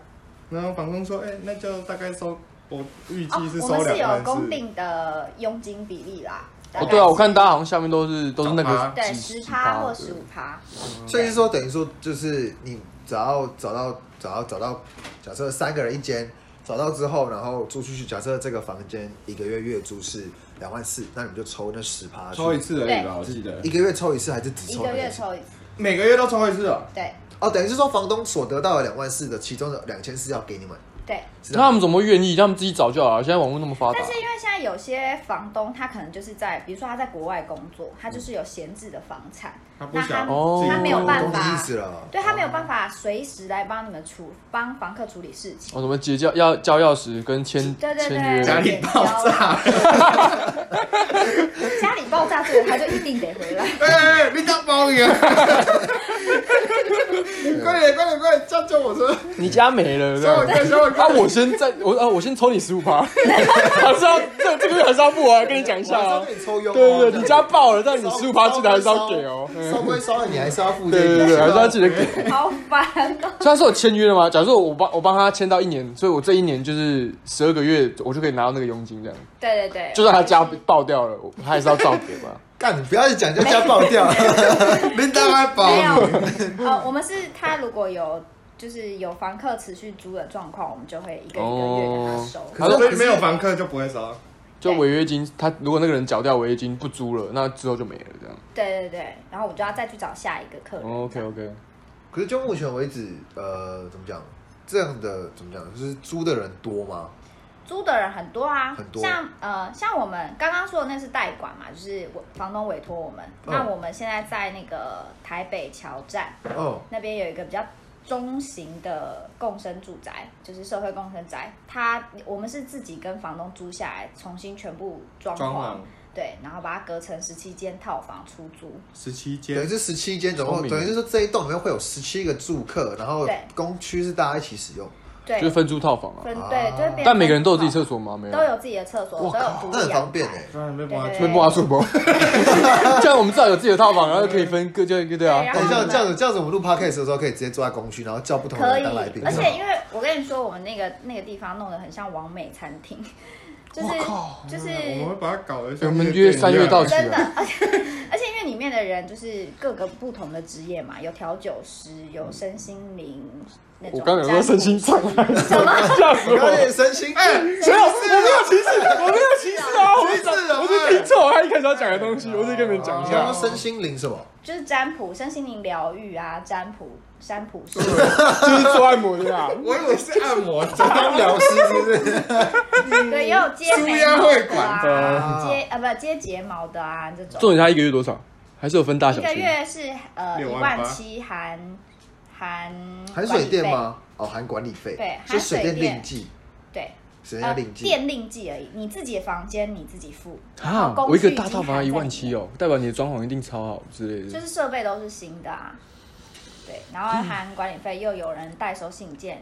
[SPEAKER 3] 然后房东说，哎，那就大概收，我预
[SPEAKER 4] 哦
[SPEAKER 3] 计是
[SPEAKER 4] 我
[SPEAKER 3] 收
[SPEAKER 4] 们是
[SPEAKER 3] 两
[SPEAKER 4] 有
[SPEAKER 3] 万
[SPEAKER 4] 公
[SPEAKER 3] 四。
[SPEAKER 4] 定的佣金比例啦。大
[SPEAKER 2] 哦
[SPEAKER 4] 概，
[SPEAKER 2] 对啊，我看大家好像下面都是都是那个
[SPEAKER 4] 对
[SPEAKER 2] 几
[SPEAKER 4] 十趴或
[SPEAKER 2] 的
[SPEAKER 4] 十五趴，
[SPEAKER 1] 所以是说等于说就是你只要找到找到找到，假设三个人一间，找到之后，然后租出去，假设这个房间一个月月租是两万四，那你们就抽那十趴，
[SPEAKER 3] 抽一次而已
[SPEAKER 4] 对
[SPEAKER 3] 吧，我记得
[SPEAKER 1] 一个月抽一次还是只
[SPEAKER 4] 一
[SPEAKER 1] 抽那
[SPEAKER 4] 个月
[SPEAKER 1] 次
[SPEAKER 4] 抽一次。
[SPEAKER 3] 每个月都抽一次哦。
[SPEAKER 4] 对
[SPEAKER 1] 哦，等于是说房东所得到的两万四的其中的两千四要给你们，
[SPEAKER 4] 对，
[SPEAKER 1] 是这
[SPEAKER 2] 那他
[SPEAKER 1] 样吗
[SPEAKER 2] 们怎么会愿意？他们自己找就好了。现在网络那么发达
[SPEAKER 4] 但，是因为现在有些房东他可能就是在，比如说他在国外工作，他就是有闲置的房产，
[SPEAKER 3] 他不
[SPEAKER 4] 那
[SPEAKER 3] 想
[SPEAKER 4] 他
[SPEAKER 2] 哦
[SPEAKER 4] 他没有办
[SPEAKER 1] 懂你意
[SPEAKER 4] 法，
[SPEAKER 1] 思了。
[SPEAKER 4] 对他没有办法随时来帮你们处帮房客处理事情。
[SPEAKER 2] 我哦怎么结交要交钥匙跟签
[SPEAKER 4] 对对
[SPEAKER 2] 签
[SPEAKER 4] 对，
[SPEAKER 2] 约？
[SPEAKER 3] 里爆炸，
[SPEAKER 4] 家里爆炸这个他就一定得回 来。
[SPEAKER 3] 哎、你打包你 啊！快点快点快点，叫救火车！
[SPEAKER 2] 你家没了，这
[SPEAKER 3] 小 火
[SPEAKER 2] 样。
[SPEAKER 3] 车小火
[SPEAKER 2] 啊，
[SPEAKER 3] 车！
[SPEAKER 2] 我先在我啊，我先抽你十五趴， 还是要这这个月还是要付啊？跟你讲一下
[SPEAKER 1] 我还是要。
[SPEAKER 2] 哦
[SPEAKER 1] 给你抽佣哦，
[SPEAKER 2] 对对对，你家爆了，但你
[SPEAKER 1] 烧
[SPEAKER 2] 十五趴记得还是要给哦。嗯
[SPEAKER 1] 烧归烧了，你还是要付这
[SPEAKER 2] 对
[SPEAKER 1] 个
[SPEAKER 2] 对对，对还是要记得给。
[SPEAKER 4] 好烦哦！
[SPEAKER 2] 所以他是有签约的吗？假设我帮我帮他签到一年，所以我这一年就是十二个月，我就可以拿到那个佣金，这样。
[SPEAKER 4] 对对对，
[SPEAKER 2] 就算他家爆掉了，我他还是要照 给嘛。
[SPEAKER 1] 干，你不要一讲就家爆 掉，
[SPEAKER 3] 你打来
[SPEAKER 4] 没
[SPEAKER 3] 包你！
[SPEAKER 4] 有，呃，我们是他如果有就是有房客持续租的状况，我们就会一个一个月跟他收。
[SPEAKER 1] 哦可是
[SPEAKER 3] 所以没有房客就不会烧。
[SPEAKER 2] 就违约金，他如果那个人缴掉违约金不租了，那之后就没了这样。
[SPEAKER 4] 对对对，然后我
[SPEAKER 1] 哦
[SPEAKER 4] 就要再去找下一个客人。
[SPEAKER 2] OK OK，
[SPEAKER 1] 可是就目前为止，呃，怎么讲？这样的怎么讲，就是租的人多吗？
[SPEAKER 4] 租的人很多啊，
[SPEAKER 1] 很多
[SPEAKER 4] 像呃，像我们刚刚说的那是代管嘛，就是我房东委托我们。
[SPEAKER 1] 嗯
[SPEAKER 4] 那我们现在在那个台北桥站
[SPEAKER 1] 哦，
[SPEAKER 4] 那边有一个比较中型的共生住宅，就是社会共生宅。它我们是自己跟房东租下来，重新全部装
[SPEAKER 3] 装潢，
[SPEAKER 4] 潢对，然后把它隔成十七间套房出租。
[SPEAKER 3] 十七
[SPEAKER 1] 等于
[SPEAKER 3] 间，
[SPEAKER 1] 是十七间，总共
[SPEAKER 2] 聪明
[SPEAKER 1] 等于是说这一栋里面会有十七个住客，然后
[SPEAKER 4] 对
[SPEAKER 1] 公区是大家一起使用。
[SPEAKER 4] 对，
[SPEAKER 2] 就是分租套房啊。
[SPEAKER 4] 分
[SPEAKER 1] 啊
[SPEAKER 4] 对，就是变
[SPEAKER 2] 但每个人都有自己
[SPEAKER 4] 成
[SPEAKER 2] 厕所吗？没有，
[SPEAKER 4] 都有自己的厕所，
[SPEAKER 1] 哇
[SPEAKER 4] 都有
[SPEAKER 1] 靠，
[SPEAKER 4] 独
[SPEAKER 1] 那很
[SPEAKER 4] 立阳
[SPEAKER 1] 方便
[SPEAKER 4] 台
[SPEAKER 1] 哎。
[SPEAKER 3] 当然没办法
[SPEAKER 4] 对
[SPEAKER 3] 住
[SPEAKER 4] 对
[SPEAKER 2] 被
[SPEAKER 4] 对。
[SPEAKER 2] 挖出 不？这样我们至少有自己的套房，然后可以分各就一个对啊
[SPEAKER 4] 对。然后
[SPEAKER 1] 等一下，
[SPEAKER 4] 呢
[SPEAKER 1] 这样子这样子，我们录 podcast 的时候可以直接坐在公区，然后叫不同的
[SPEAKER 4] 可以
[SPEAKER 1] 人当来宾，。
[SPEAKER 4] 而且因为我跟你说，我们那个那个地方弄得很像完美餐厅，就是就是
[SPEAKER 3] 嗯我们把它搞得像
[SPEAKER 2] 我们
[SPEAKER 3] 夜店
[SPEAKER 2] 约三
[SPEAKER 3] 一样
[SPEAKER 2] 月到期
[SPEAKER 1] 啊
[SPEAKER 4] 真的，而且而且因为里面的人就是各个不同的职业嘛，有调酒师，有身心灵那种
[SPEAKER 2] 我
[SPEAKER 4] 占卜。
[SPEAKER 2] 刚刚有说身心障碍，
[SPEAKER 4] 什么？
[SPEAKER 2] 吓死
[SPEAKER 1] 我刚刚有
[SPEAKER 2] 我！
[SPEAKER 1] 点身心，
[SPEAKER 4] 哎
[SPEAKER 2] 谁有？我没有歧视，我没有歧视啊！我
[SPEAKER 1] 歧视啊
[SPEAKER 2] 我是听错他一开始要讲的东西，我就跟你们讲
[SPEAKER 1] 你
[SPEAKER 2] 一
[SPEAKER 1] 刚
[SPEAKER 2] 下
[SPEAKER 1] 刚。身心灵什么？
[SPEAKER 4] 就是占卜、身心灵疗愈啊，占卜、占卜 师。
[SPEAKER 2] 就是做按摩的啊，
[SPEAKER 3] 我以为是按摩的，
[SPEAKER 1] 当疗师是不是？
[SPEAKER 4] 对，也有接
[SPEAKER 3] 舒
[SPEAKER 4] 眉
[SPEAKER 3] 压
[SPEAKER 4] 毛
[SPEAKER 3] 会
[SPEAKER 4] 的
[SPEAKER 3] 馆
[SPEAKER 4] 啊，接啊不接睫毛的啊这种。
[SPEAKER 2] 重点他一个月多少？还是有分大
[SPEAKER 4] 一
[SPEAKER 2] 小
[SPEAKER 4] 个
[SPEAKER 2] 区？
[SPEAKER 4] 月是呃一
[SPEAKER 3] 6万
[SPEAKER 4] 万
[SPEAKER 3] 八
[SPEAKER 4] 七含含
[SPEAKER 1] 含
[SPEAKER 4] 嗯管
[SPEAKER 1] 水
[SPEAKER 4] 理
[SPEAKER 1] 电
[SPEAKER 4] 费？
[SPEAKER 1] 吗？哦，含管理费，
[SPEAKER 4] 对
[SPEAKER 1] 所以
[SPEAKER 4] 含水
[SPEAKER 1] 电
[SPEAKER 4] 电
[SPEAKER 1] 另计，
[SPEAKER 4] 对，
[SPEAKER 1] 水电
[SPEAKER 4] 呃
[SPEAKER 1] 要另计。
[SPEAKER 4] 电令计而已，你自己的房间你自己付
[SPEAKER 2] 啊，
[SPEAKER 4] 工具
[SPEAKER 2] 我一个大套房要
[SPEAKER 4] 已
[SPEAKER 2] 一
[SPEAKER 4] 经
[SPEAKER 2] 万七哦，代表你的装潢一定超好之类
[SPEAKER 1] 嗯
[SPEAKER 4] 就
[SPEAKER 2] 的。
[SPEAKER 4] 是设备都是新的啊。对，然后含管理费，又有人代收信件，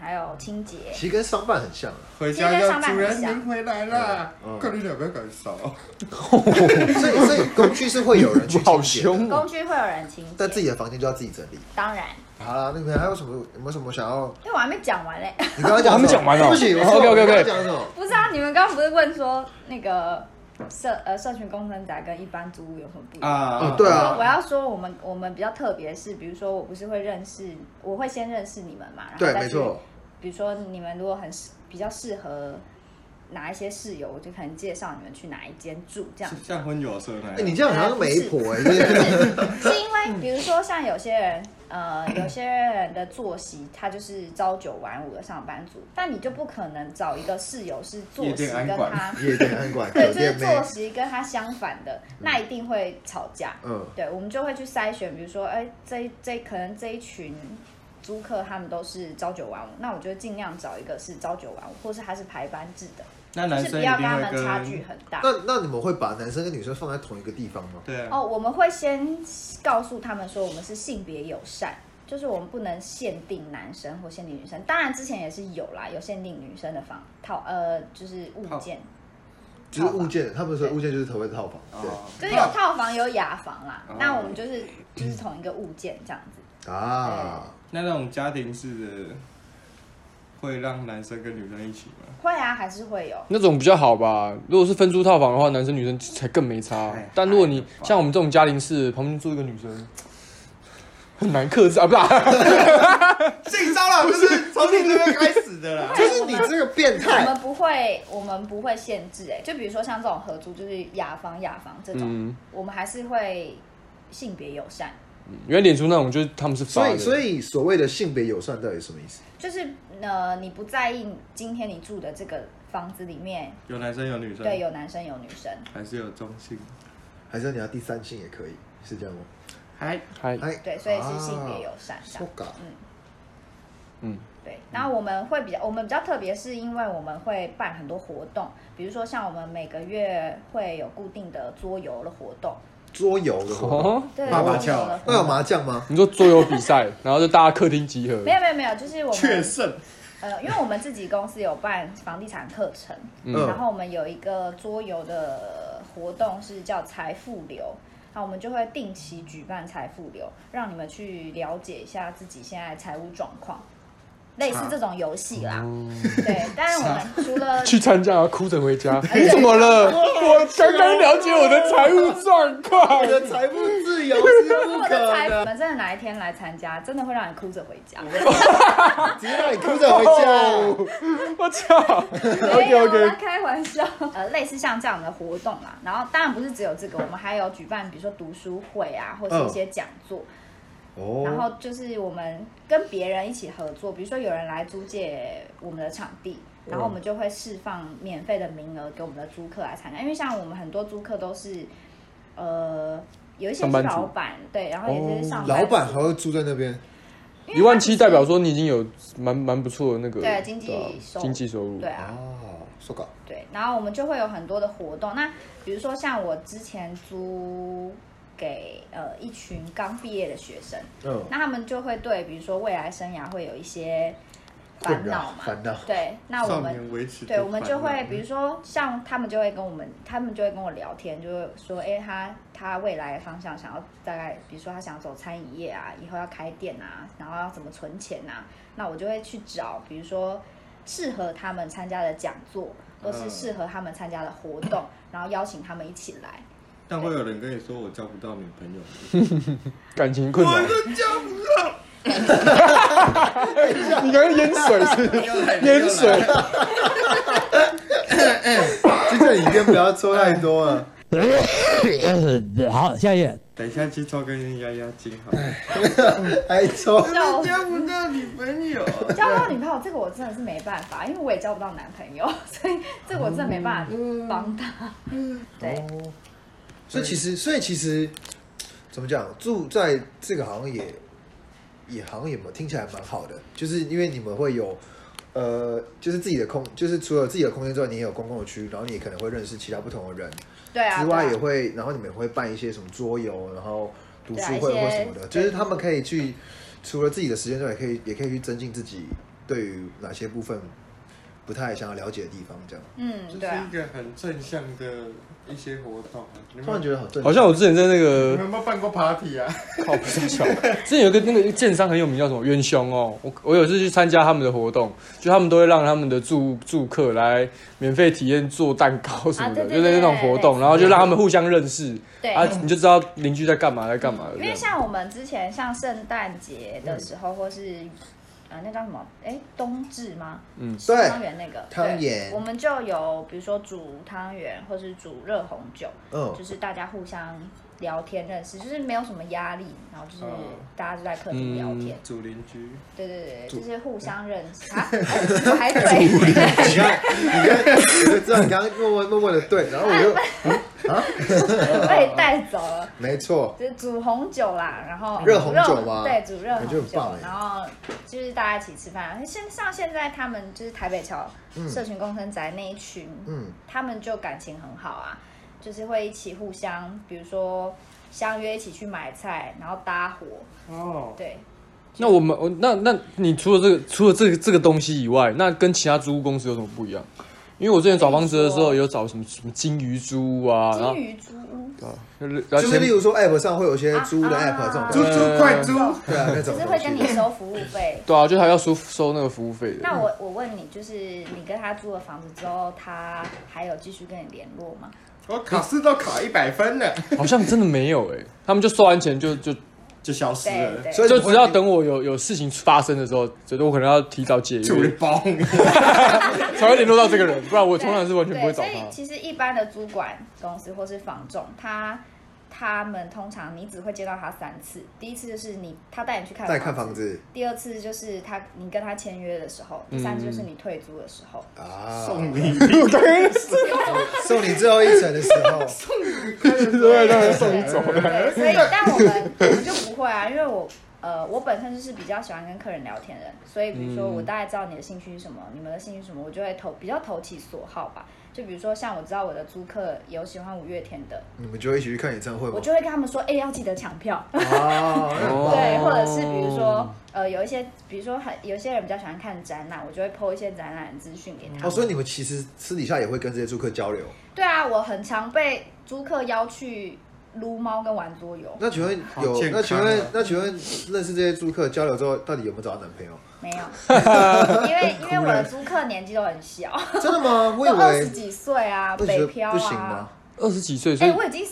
[SPEAKER 4] 还有清洁。
[SPEAKER 1] 其实跟商办很像啊，
[SPEAKER 3] 回家要主人您回来啦
[SPEAKER 1] 嗯！
[SPEAKER 3] 看你两个感受，
[SPEAKER 1] 所以所以工区是会有人去
[SPEAKER 2] 好
[SPEAKER 1] 清洁的，
[SPEAKER 2] 凶哦
[SPEAKER 4] 工！具会有人清洁，
[SPEAKER 1] 但自己的房间就要自己整理。
[SPEAKER 4] 当然，
[SPEAKER 1] 好啦，那边还有什么？有没有什么想要？
[SPEAKER 4] 因为我还没讲完嘞。
[SPEAKER 1] 你刚刚
[SPEAKER 2] 我
[SPEAKER 1] 讲
[SPEAKER 2] 还没
[SPEAKER 1] 什么
[SPEAKER 2] 讲完哦
[SPEAKER 1] 对不起，我
[SPEAKER 2] 好，OK，OK，OK
[SPEAKER 1] 我刚刚讲什么？
[SPEAKER 4] 不是啊，你们刚刚不是问说那个社呃社群工程宅跟一般租屋有什么不一样？
[SPEAKER 3] 啊
[SPEAKER 1] 哦对啊
[SPEAKER 4] 我要说，我们我们比较特别是，比如说我不是会认识，我会先认识你们嘛，然后
[SPEAKER 1] 对，
[SPEAKER 4] 再
[SPEAKER 1] 没
[SPEAKER 4] 去
[SPEAKER 1] 错。
[SPEAKER 4] 比如说你们如果很适比较适合哪一些室友，我就可能介绍你们去哪一间住这样
[SPEAKER 3] 是。像婚友社那
[SPEAKER 1] 哎，
[SPEAKER 3] 样
[SPEAKER 1] 你。这样好像媒婆
[SPEAKER 4] 呃
[SPEAKER 1] 哎，就是
[SPEAKER 4] 是因 为比如说像有些人，呃，有些人的作息他就是朝九晚五的上班族，但你就不可能找一个室友是作
[SPEAKER 3] 夜
[SPEAKER 4] 息
[SPEAKER 3] 店安
[SPEAKER 4] 跟
[SPEAKER 3] 管
[SPEAKER 4] 他
[SPEAKER 1] 夜店餐馆、酒
[SPEAKER 4] 对，就是
[SPEAKER 1] 店
[SPEAKER 4] 作
[SPEAKER 1] 妹，
[SPEAKER 4] 息跟他相反的，那一定会吵架。
[SPEAKER 1] 嗯，
[SPEAKER 4] 对，我们就会去筛选，比如说，哎，这一这可能这一群租客他们都是朝九晚五，那我就尽量找一个是朝九晚五，或是他是排班制的，
[SPEAKER 3] 那
[SPEAKER 4] 就
[SPEAKER 3] 男
[SPEAKER 4] 是不
[SPEAKER 3] 生一
[SPEAKER 4] 要跟
[SPEAKER 3] 定
[SPEAKER 4] 他
[SPEAKER 3] 会
[SPEAKER 4] 们差距
[SPEAKER 3] 跟
[SPEAKER 4] 很大。
[SPEAKER 1] 那那你们会把男生跟女生放在同一个地方吗？
[SPEAKER 3] 对啊，
[SPEAKER 4] 哦，我们会先告诉他们说，我们是性别友善，就是我们不能限定男生或限定女生。当然之前也是有啦，有限定女生的房套，呃，就是物
[SPEAKER 3] 套
[SPEAKER 4] 件，
[SPEAKER 1] 就是物件，他们说物件就是投喂套房，
[SPEAKER 3] 哦
[SPEAKER 4] 就是有套房有雅房啦。
[SPEAKER 3] 哦
[SPEAKER 4] 那我们就是就是同一个物件这样子。
[SPEAKER 1] 对啊，
[SPEAKER 3] 那那种家庭式的，会让男生跟女生一起吗？
[SPEAKER 4] 会啊，还是会有。
[SPEAKER 2] 那种比较好吧。如果是分租套房的话，男生女生才更没差
[SPEAKER 3] 哎。
[SPEAKER 2] 但如果你像我们这种家庭式，旁边住一个女生，很难克制啊，不是啊？
[SPEAKER 3] 性骚扰就是从你这边开始的啦。
[SPEAKER 1] 就是你这个变
[SPEAKER 4] 我
[SPEAKER 1] 态
[SPEAKER 4] 们不会，我们不会限制哎、就比如说像这种合租，就是雅房雅房这种，
[SPEAKER 2] 嗯，
[SPEAKER 4] 我们还是会性别友善，
[SPEAKER 2] 原来脸书那种就是他们是发
[SPEAKER 1] 所
[SPEAKER 2] 的，
[SPEAKER 1] 以，所以所谓的性别友善到底什么意思？
[SPEAKER 4] 就是呃，你不在意今天你住的这个房子里面
[SPEAKER 3] 有男生有女生，
[SPEAKER 4] 对，有男生有女生，
[SPEAKER 3] 还是有中性。
[SPEAKER 1] 还是你要第三性也可以，是这样吗？
[SPEAKER 3] 嗨，
[SPEAKER 2] 还
[SPEAKER 1] 哎，啊
[SPEAKER 4] 对，所以是性别友善这
[SPEAKER 1] 说
[SPEAKER 4] 样。
[SPEAKER 1] 嘎，
[SPEAKER 4] 嗯，
[SPEAKER 2] 嗯，
[SPEAKER 4] 对。然后我们会比较，我们比较特别，是因为我们会办很多活动，比如说像我们每个月会有固定的桌游的活动，
[SPEAKER 1] 桌游的活动，
[SPEAKER 2] 哦，
[SPEAKER 4] 对，
[SPEAKER 3] 爸爸
[SPEAKER 4] 桌游的
[SPEAKER 1] 那
[SPEAKER 4] 活
[SPEAKER 1] 有
[SPEAKER 4] 动。
[SPEAKER 1] 麻将吗？
[SPEAKER 2] 你说桌游比赛，然后就大家客厅集合
[SPEAKER 4] 没，有没有没有，就是我
[SPEAKER 3] 确
[SPEAKER 4] 们
[SPEAKER 3] 胜，
[SPEAKER 4] 呃，因为我们自己公司有办房地产课程，
[SPEAKER 1] 嗯
[SPEAKER 4] 然后我们有一个桌游的活动是叫财富流，那我们就会定期举办财富流，让你们去了解一下自己现在财务状况，类
[SPEAKER 2] 啊
[SPEAKER 4] 似这种游戏啦。对，但是我们除了
[SPEAKER 2] 哦去参加，哭着回家。
[SPEAKER 4] 哎
[SPEAKER 2] 怎么了？
[SPEAKER 1] 哎
[SPEAKER 2] 我刚刚了解我的财务状况
[SPEAKER 1] 你。的财富自由是不
[SPEAKER 4] 我
[SPEAKER 1] 可
[SPEAKER 4] 的财，你
[SPEAKER 1] 能，
[SPEAKER 4] 们真的哪一天来参加，真的会让你哭着回家。
[SPEAKER 2] 哦
[SPEAKER 1] 直接让你哭着回家。
[SPEAKER 2] 我操！
[SPEAKER 4] 没
[SPEAKER 2] OK
[SPEAKER 4] 有啦
[SPEAKER 2] OK，
[SPEAKER 4] 开玩笑。呃，类似像这样的活动啦，
[SPEAKER 2] 嗯
[SPEAKER 4] 然后当然不是只有这个，我们还有举办，比如说读书会啊，或是一些讲座。
[SPEAKER 1] 哦，
[SPEAKER 4] 然后就是我们跟别人一起合作，比如说有人来租借我们的场地，
[SPEAKER 2] 嗯
[SPEAKER 4] 然后我们就会释放免费的名额给我们的租客来参加。因为像我们很多租客都是，呃，有一些
[SPEAKER 2] 上
[SPEAKER 4] 是
[SPEAKER 2] 班族哦
[SPEAKER 4] 老板，对，然后也是上班
[SPEAKER 1] 老
[SPEAKER 4] 族
[SPEAKER 1] 板还会住在那边，
[SPEAKER 4] 因为
[SPEAKER 2] 一万
[SPEAKER 4] 他其
[SPEAKER 2] 七
[SPEAKER 4] 实
[SPEAKER 2] 代表说你已经有蛮蛮不错的那个
[SPEAKER 4] 对经济
[SPEAKER 2] 啊
[SPEAKER 4] 收入
[SPEAKER 2] 经济收入
[SPEAKER 4] 对，啊，
[SPEAKER 1] 哦，说搞，
[SPEAKER 2] 嗯
[SPEAKER 4] 对，然后我们就会有很多的活动。那比如说像我之前租给呃一群刚毕业的学生，
[SPEAKER 1] 嗯，
[SPEAKER 4] 那他们就会对比如说未来生涯会有一些
[SPEAKER 1] 困
[SPEAKER 4] 烦恼
[SPEAKER 1] 扰
[SPEAKER 4] 嘛，
[SPEAKER 1] 烦恼，
[SPEAKER 4] 对，那我
[SPEAKER 3] 少
[SPEAKER 4] 们
[SPEAKER 3] 年维持
[SPEAKER 4] 对，我们就会比
[SPEAKER 3] 如
[SPEAKER 4] 如说像他们就会跟我们，他们就会跟我聊天，就会说，哎、他他未来的方向想要大概，比如说他想走餐饮业啊，以后要开店啊，然后要怎么存钱啊，那我就会去找，比如说适合他们参加的讲座，或是
[SPEAKER 3] 嗯
[SPEAKER 4] 适合他们参加的活动，然后邀请他们一起来。
[SPEAKER 3] 但会有人跟你说我交不到女朋友，
[SPEAKER 2] 感情困扰。
[SPEAKER 3] 都交不到，
[SPEAKER 2] 你刚刚淹水是不是淹水，
[SPEAKER 1] 就在里面不要抽太多 啊，
[SPEAKER 5] 好，下一页。
[SPEAKER 3] 等一下去抽根烟压压惊好了。
[SPEAKER 1] 还哎抽，
[SPEAKER 4] 交
[SPEAKER 3] 交哎不到女朋友，
[SPEAKER 4] 交不到女朋友，这个我真的是没办法，因为我也交不到男朋友，所以这个我真的没办法
[SPEAKER 3] 嗯
[SPEAKER 4] 嗯帮他。对，
[SPEAKER 1] 哦，所以其实，所以其实怎么讲，住在这个好像也也好像也蛮听起来蛮好的，就是因为你们会有呃，就是自己的空，就是除了自己的空间之外，你也有公共的区域，然后你也可能会认识其他不同的人，
[SPEAKER 4] 对啊，
[SPEAKER 1] 之外
[SPEAKER 4] 对啊
[SPEAKER 1] 也会，然后你们也会办一些什么桌游，然后读书会
[SPEAKER 4] 对啊一
[SPEAKER 1] 或
[SPEAKER 4] 些
[SPEAKER 1] 什么的，就是他们可以去除了自己的时间之外，也可以也可以去增进自己对于哪些部分不太想要了解的地方，这样
[SPEAKER 4] 嗯，
[SPEAKER 3] 这
[SPEAKER 4] 对啊
[SPEAKER 3] 是一。个很正向的一些活动。啊你
[SPEAKER 1] 突然
[SPEAKER 3] 们
[SPEAKER 1] 觉得好正，
[SPEAKER 2] 好像我之前在那
[SPEAKER 3] 你
[SPEAKER 2] 个
[SPEAKER 3] 们有没有办过 party 啊？
[SPEAKER 2] 靠不是巧，之前有一个那个建商很有名叫什么冤兄哦，我我有一次去参加他们的活动，就他们都会让他们的住住客来免费体验做蛋糕什么的，
[SPEAKER 4] 啊对对
[SPEAKER 2] 就是那种
[SPEAKER 4] 对
[SPEAKER 2] 活动，然后就让他们互相认识
[SPEAKER 4] 对
[SPEAKER 2] 啊，你就知道邻居在干嘛在干嘛的
[SPEAKER 4] 因
[SPEAKER 2] 这
[SPEAKER 4] 为
[SPEAKER 2] 样。
[SPEAKER 4] 像我们之前像圣诞节的时
[SPEAKER 1] 嗯
[SPEAKER 4] 候，或是呃那叫什么？哎，冬至吗？
[SPEAKER 2] 嗯
[SPEAKER 4] 吃
[SPEAKER 1] 对
[SPEAKER 4] 汤圆那个对
[SPEAKER 1] 汤圆
[SPEAKER 4] 我们就有比如说煮汤圆，或是煮热红酒，
[SPEAKER 1] 嗯
[SPEAKER 4] 就是大家互相聊天认识，就是没有什么压力，然后就是
[SPEAKER 3] 嗯
[SPEAKER 1] 哦
[SPEAKER 4] 大家就在客厅聊天，
[SPEAKER 1] 嗯
[SPEAKER 3] 主邻居，
[SPEAKER 4] 对对对，就是互相认 识啊，我还对，
[SPEAKER 1] 你看，你看，我就知道你刚刚默默默默的对，然后我就
[SPEAKER 4] 被带走了。
[SPEAKER 1] 没错，
[SPEAKER 4] 哎就是煮红酒啦，然后
[SPEAKER 1] 嗯热红酒吗
[SPEAKER 4] 对，煮热红
[SPEAKER 1] 感觉很棒
[SPEAKER 4] 酒
[SPEAKER 1] 哎，
[SPEAKER 4] 然后就是大家一起吃饭。现像现在他们就是台北桥社群共生宅那一群，
[SPEAKER 1] 嗯，
[SPEAKER 4] 他们就感情很好啊，就是会一起互相，比如说相约一起去买菜，然后搭伙，
[SPEAKER 3] 哦，
[SPEAKER 4] 对，
[SPEAKER 2] 那我们我哦那那你除了这个除了这个这个东西以外，那跟其他租屋公司有什么不一样？因为我之前找房子的时候有找什么什么金鱼租屋啊，然
[SPEAKER 4] 金
[SPEAKER 2] 后啊
[SPEAKER 4] 鱼猪屋
[SPEAKER 2] 就是
[SPEAKER 1] 就是例如说 App 上会有一些租的 App 这种
[SPEAKER 4] 啊
[SPEAKER 1] 东
[SPEAKER 3] 猪
[SPEAKER 1] 西，
[SPEAKER 3] 猪快猪，
[SPEAKER 1] 对啊，那种
[SPEAKER 4] 就是
[SPEAKER 1] 东
[SPEAKER 4] 会跟你
[SPEAKER 1] 西，
[SPEAKER 4] 收服务 费。
[SPEAKER 2] 对啊，就还要收收那个服务费的。
[SPEAKER 4] 那我我问你，就是你跟他租了房子之后，他还有继续跟你联络吗？
[SPEAKER 3] 我考试都考一百分了，
[SPEAKER 2] 好像真的没有哎、他们就收完钱就就
[SPEAKER 3] 就消失
[SPEAKER 4] 对
[SPEAKER 3] 了，
[SPEAKER 4] 对，
[SPEAKER 1] 所以
[SPEAKER 2] 就只要等我有有事情发生的时候，觉得我可能要提早解
[SPEAKER 3] 主
[SPEAKER 2] 约
[SPEAKER 3] 人，包。
[SPEAKER 2] 才会联络到这个人，不然我
[SPEAKER 4] 对
[SPEAKER 2] 通常是完全不会找
[SPEAKER 4] 对所以
[SPEAKER 2] 他。
[SPEAKER 4] 其实一般的租管公司或是房仲，他他们通常你只会见到他三次，第一次就是你他带你去看
[SPEAKER 1] 在看房，子
[SPEAKER 4] 第二次就是他你跟他签约的时候，
[SPEAKER 2] 嗯
[SPEAKER 4] 第三次就是你退租的时候。
[SPEAKER 1] 啊，
[SPEAKER 3] 送礼，
[SPEAKER 1] 送你最后一层的时候，
[SPEAKER 2] 对，让人送
[SPEAKER 4] 对
[SPEAKER 2] 走了。
[SPEAKER 4] 对，所以但我们我们就不会啊，因为我呃我本身就是比较喜欢跟客人聊天的人，所以比如说我大概知道你的兴趣是什么，你们的兴趣是什么，我就会投比较投其所好吧。就比如说像我知道我的租客有喜欢五月天的，
[SPEAKER 1] 你们就会一起去看演唱会吗啊
[SPEAKER 4] 我？就会跟他们说，哎、要记得抢票。
[SPEAKER 1] 哦，
[SPEAKER 2] 哦
[SPEAKER 4] 对，或者是比如说，呃，有一些，比如说很有些人比较喜欢看展览，我就会 PO 一些展览资讯给他
[SPEAKER 1] 哦，
[SPEAKER 4] 们。
[SPEAKER 1] 所以你们其实私底下也会跟这些租客交流。
[SPEAKER 4] 对啊，我很常被租客邀去撸猫跟玩桌游，
[SPEAKER 1] 那请问
[SPEAKER 3] 好
[SPEAKER 1] 有？
[SPEAKER 3] 健康啊
[SPEAKER 1] 那请问那请问认识这些租客交流之后，到底有没有找到男朋友？
[SPEAKER 4] 没 有，因为因为我的租客年纪都很小，
[SPEAKER 1] 真的吗？欸 我以
[SPEAKER 4] 都二十
[SPEAKER 1] 为
[SPEAKER 4] 几岁啊，
[SPEAKER 1] 我觉
[SPEAKER 4] 北
[SPEAKER 1] 得
[SPEAKER 4] 漂
[SPEAKER 1] 不行吗
[SPEAKER 4] 啊。？
[SPEAKER 2] 二十几岁，所
[SPEAKER 4] 哎、
[SPEAKER 2] 以
[SPEAKER 4] 我已经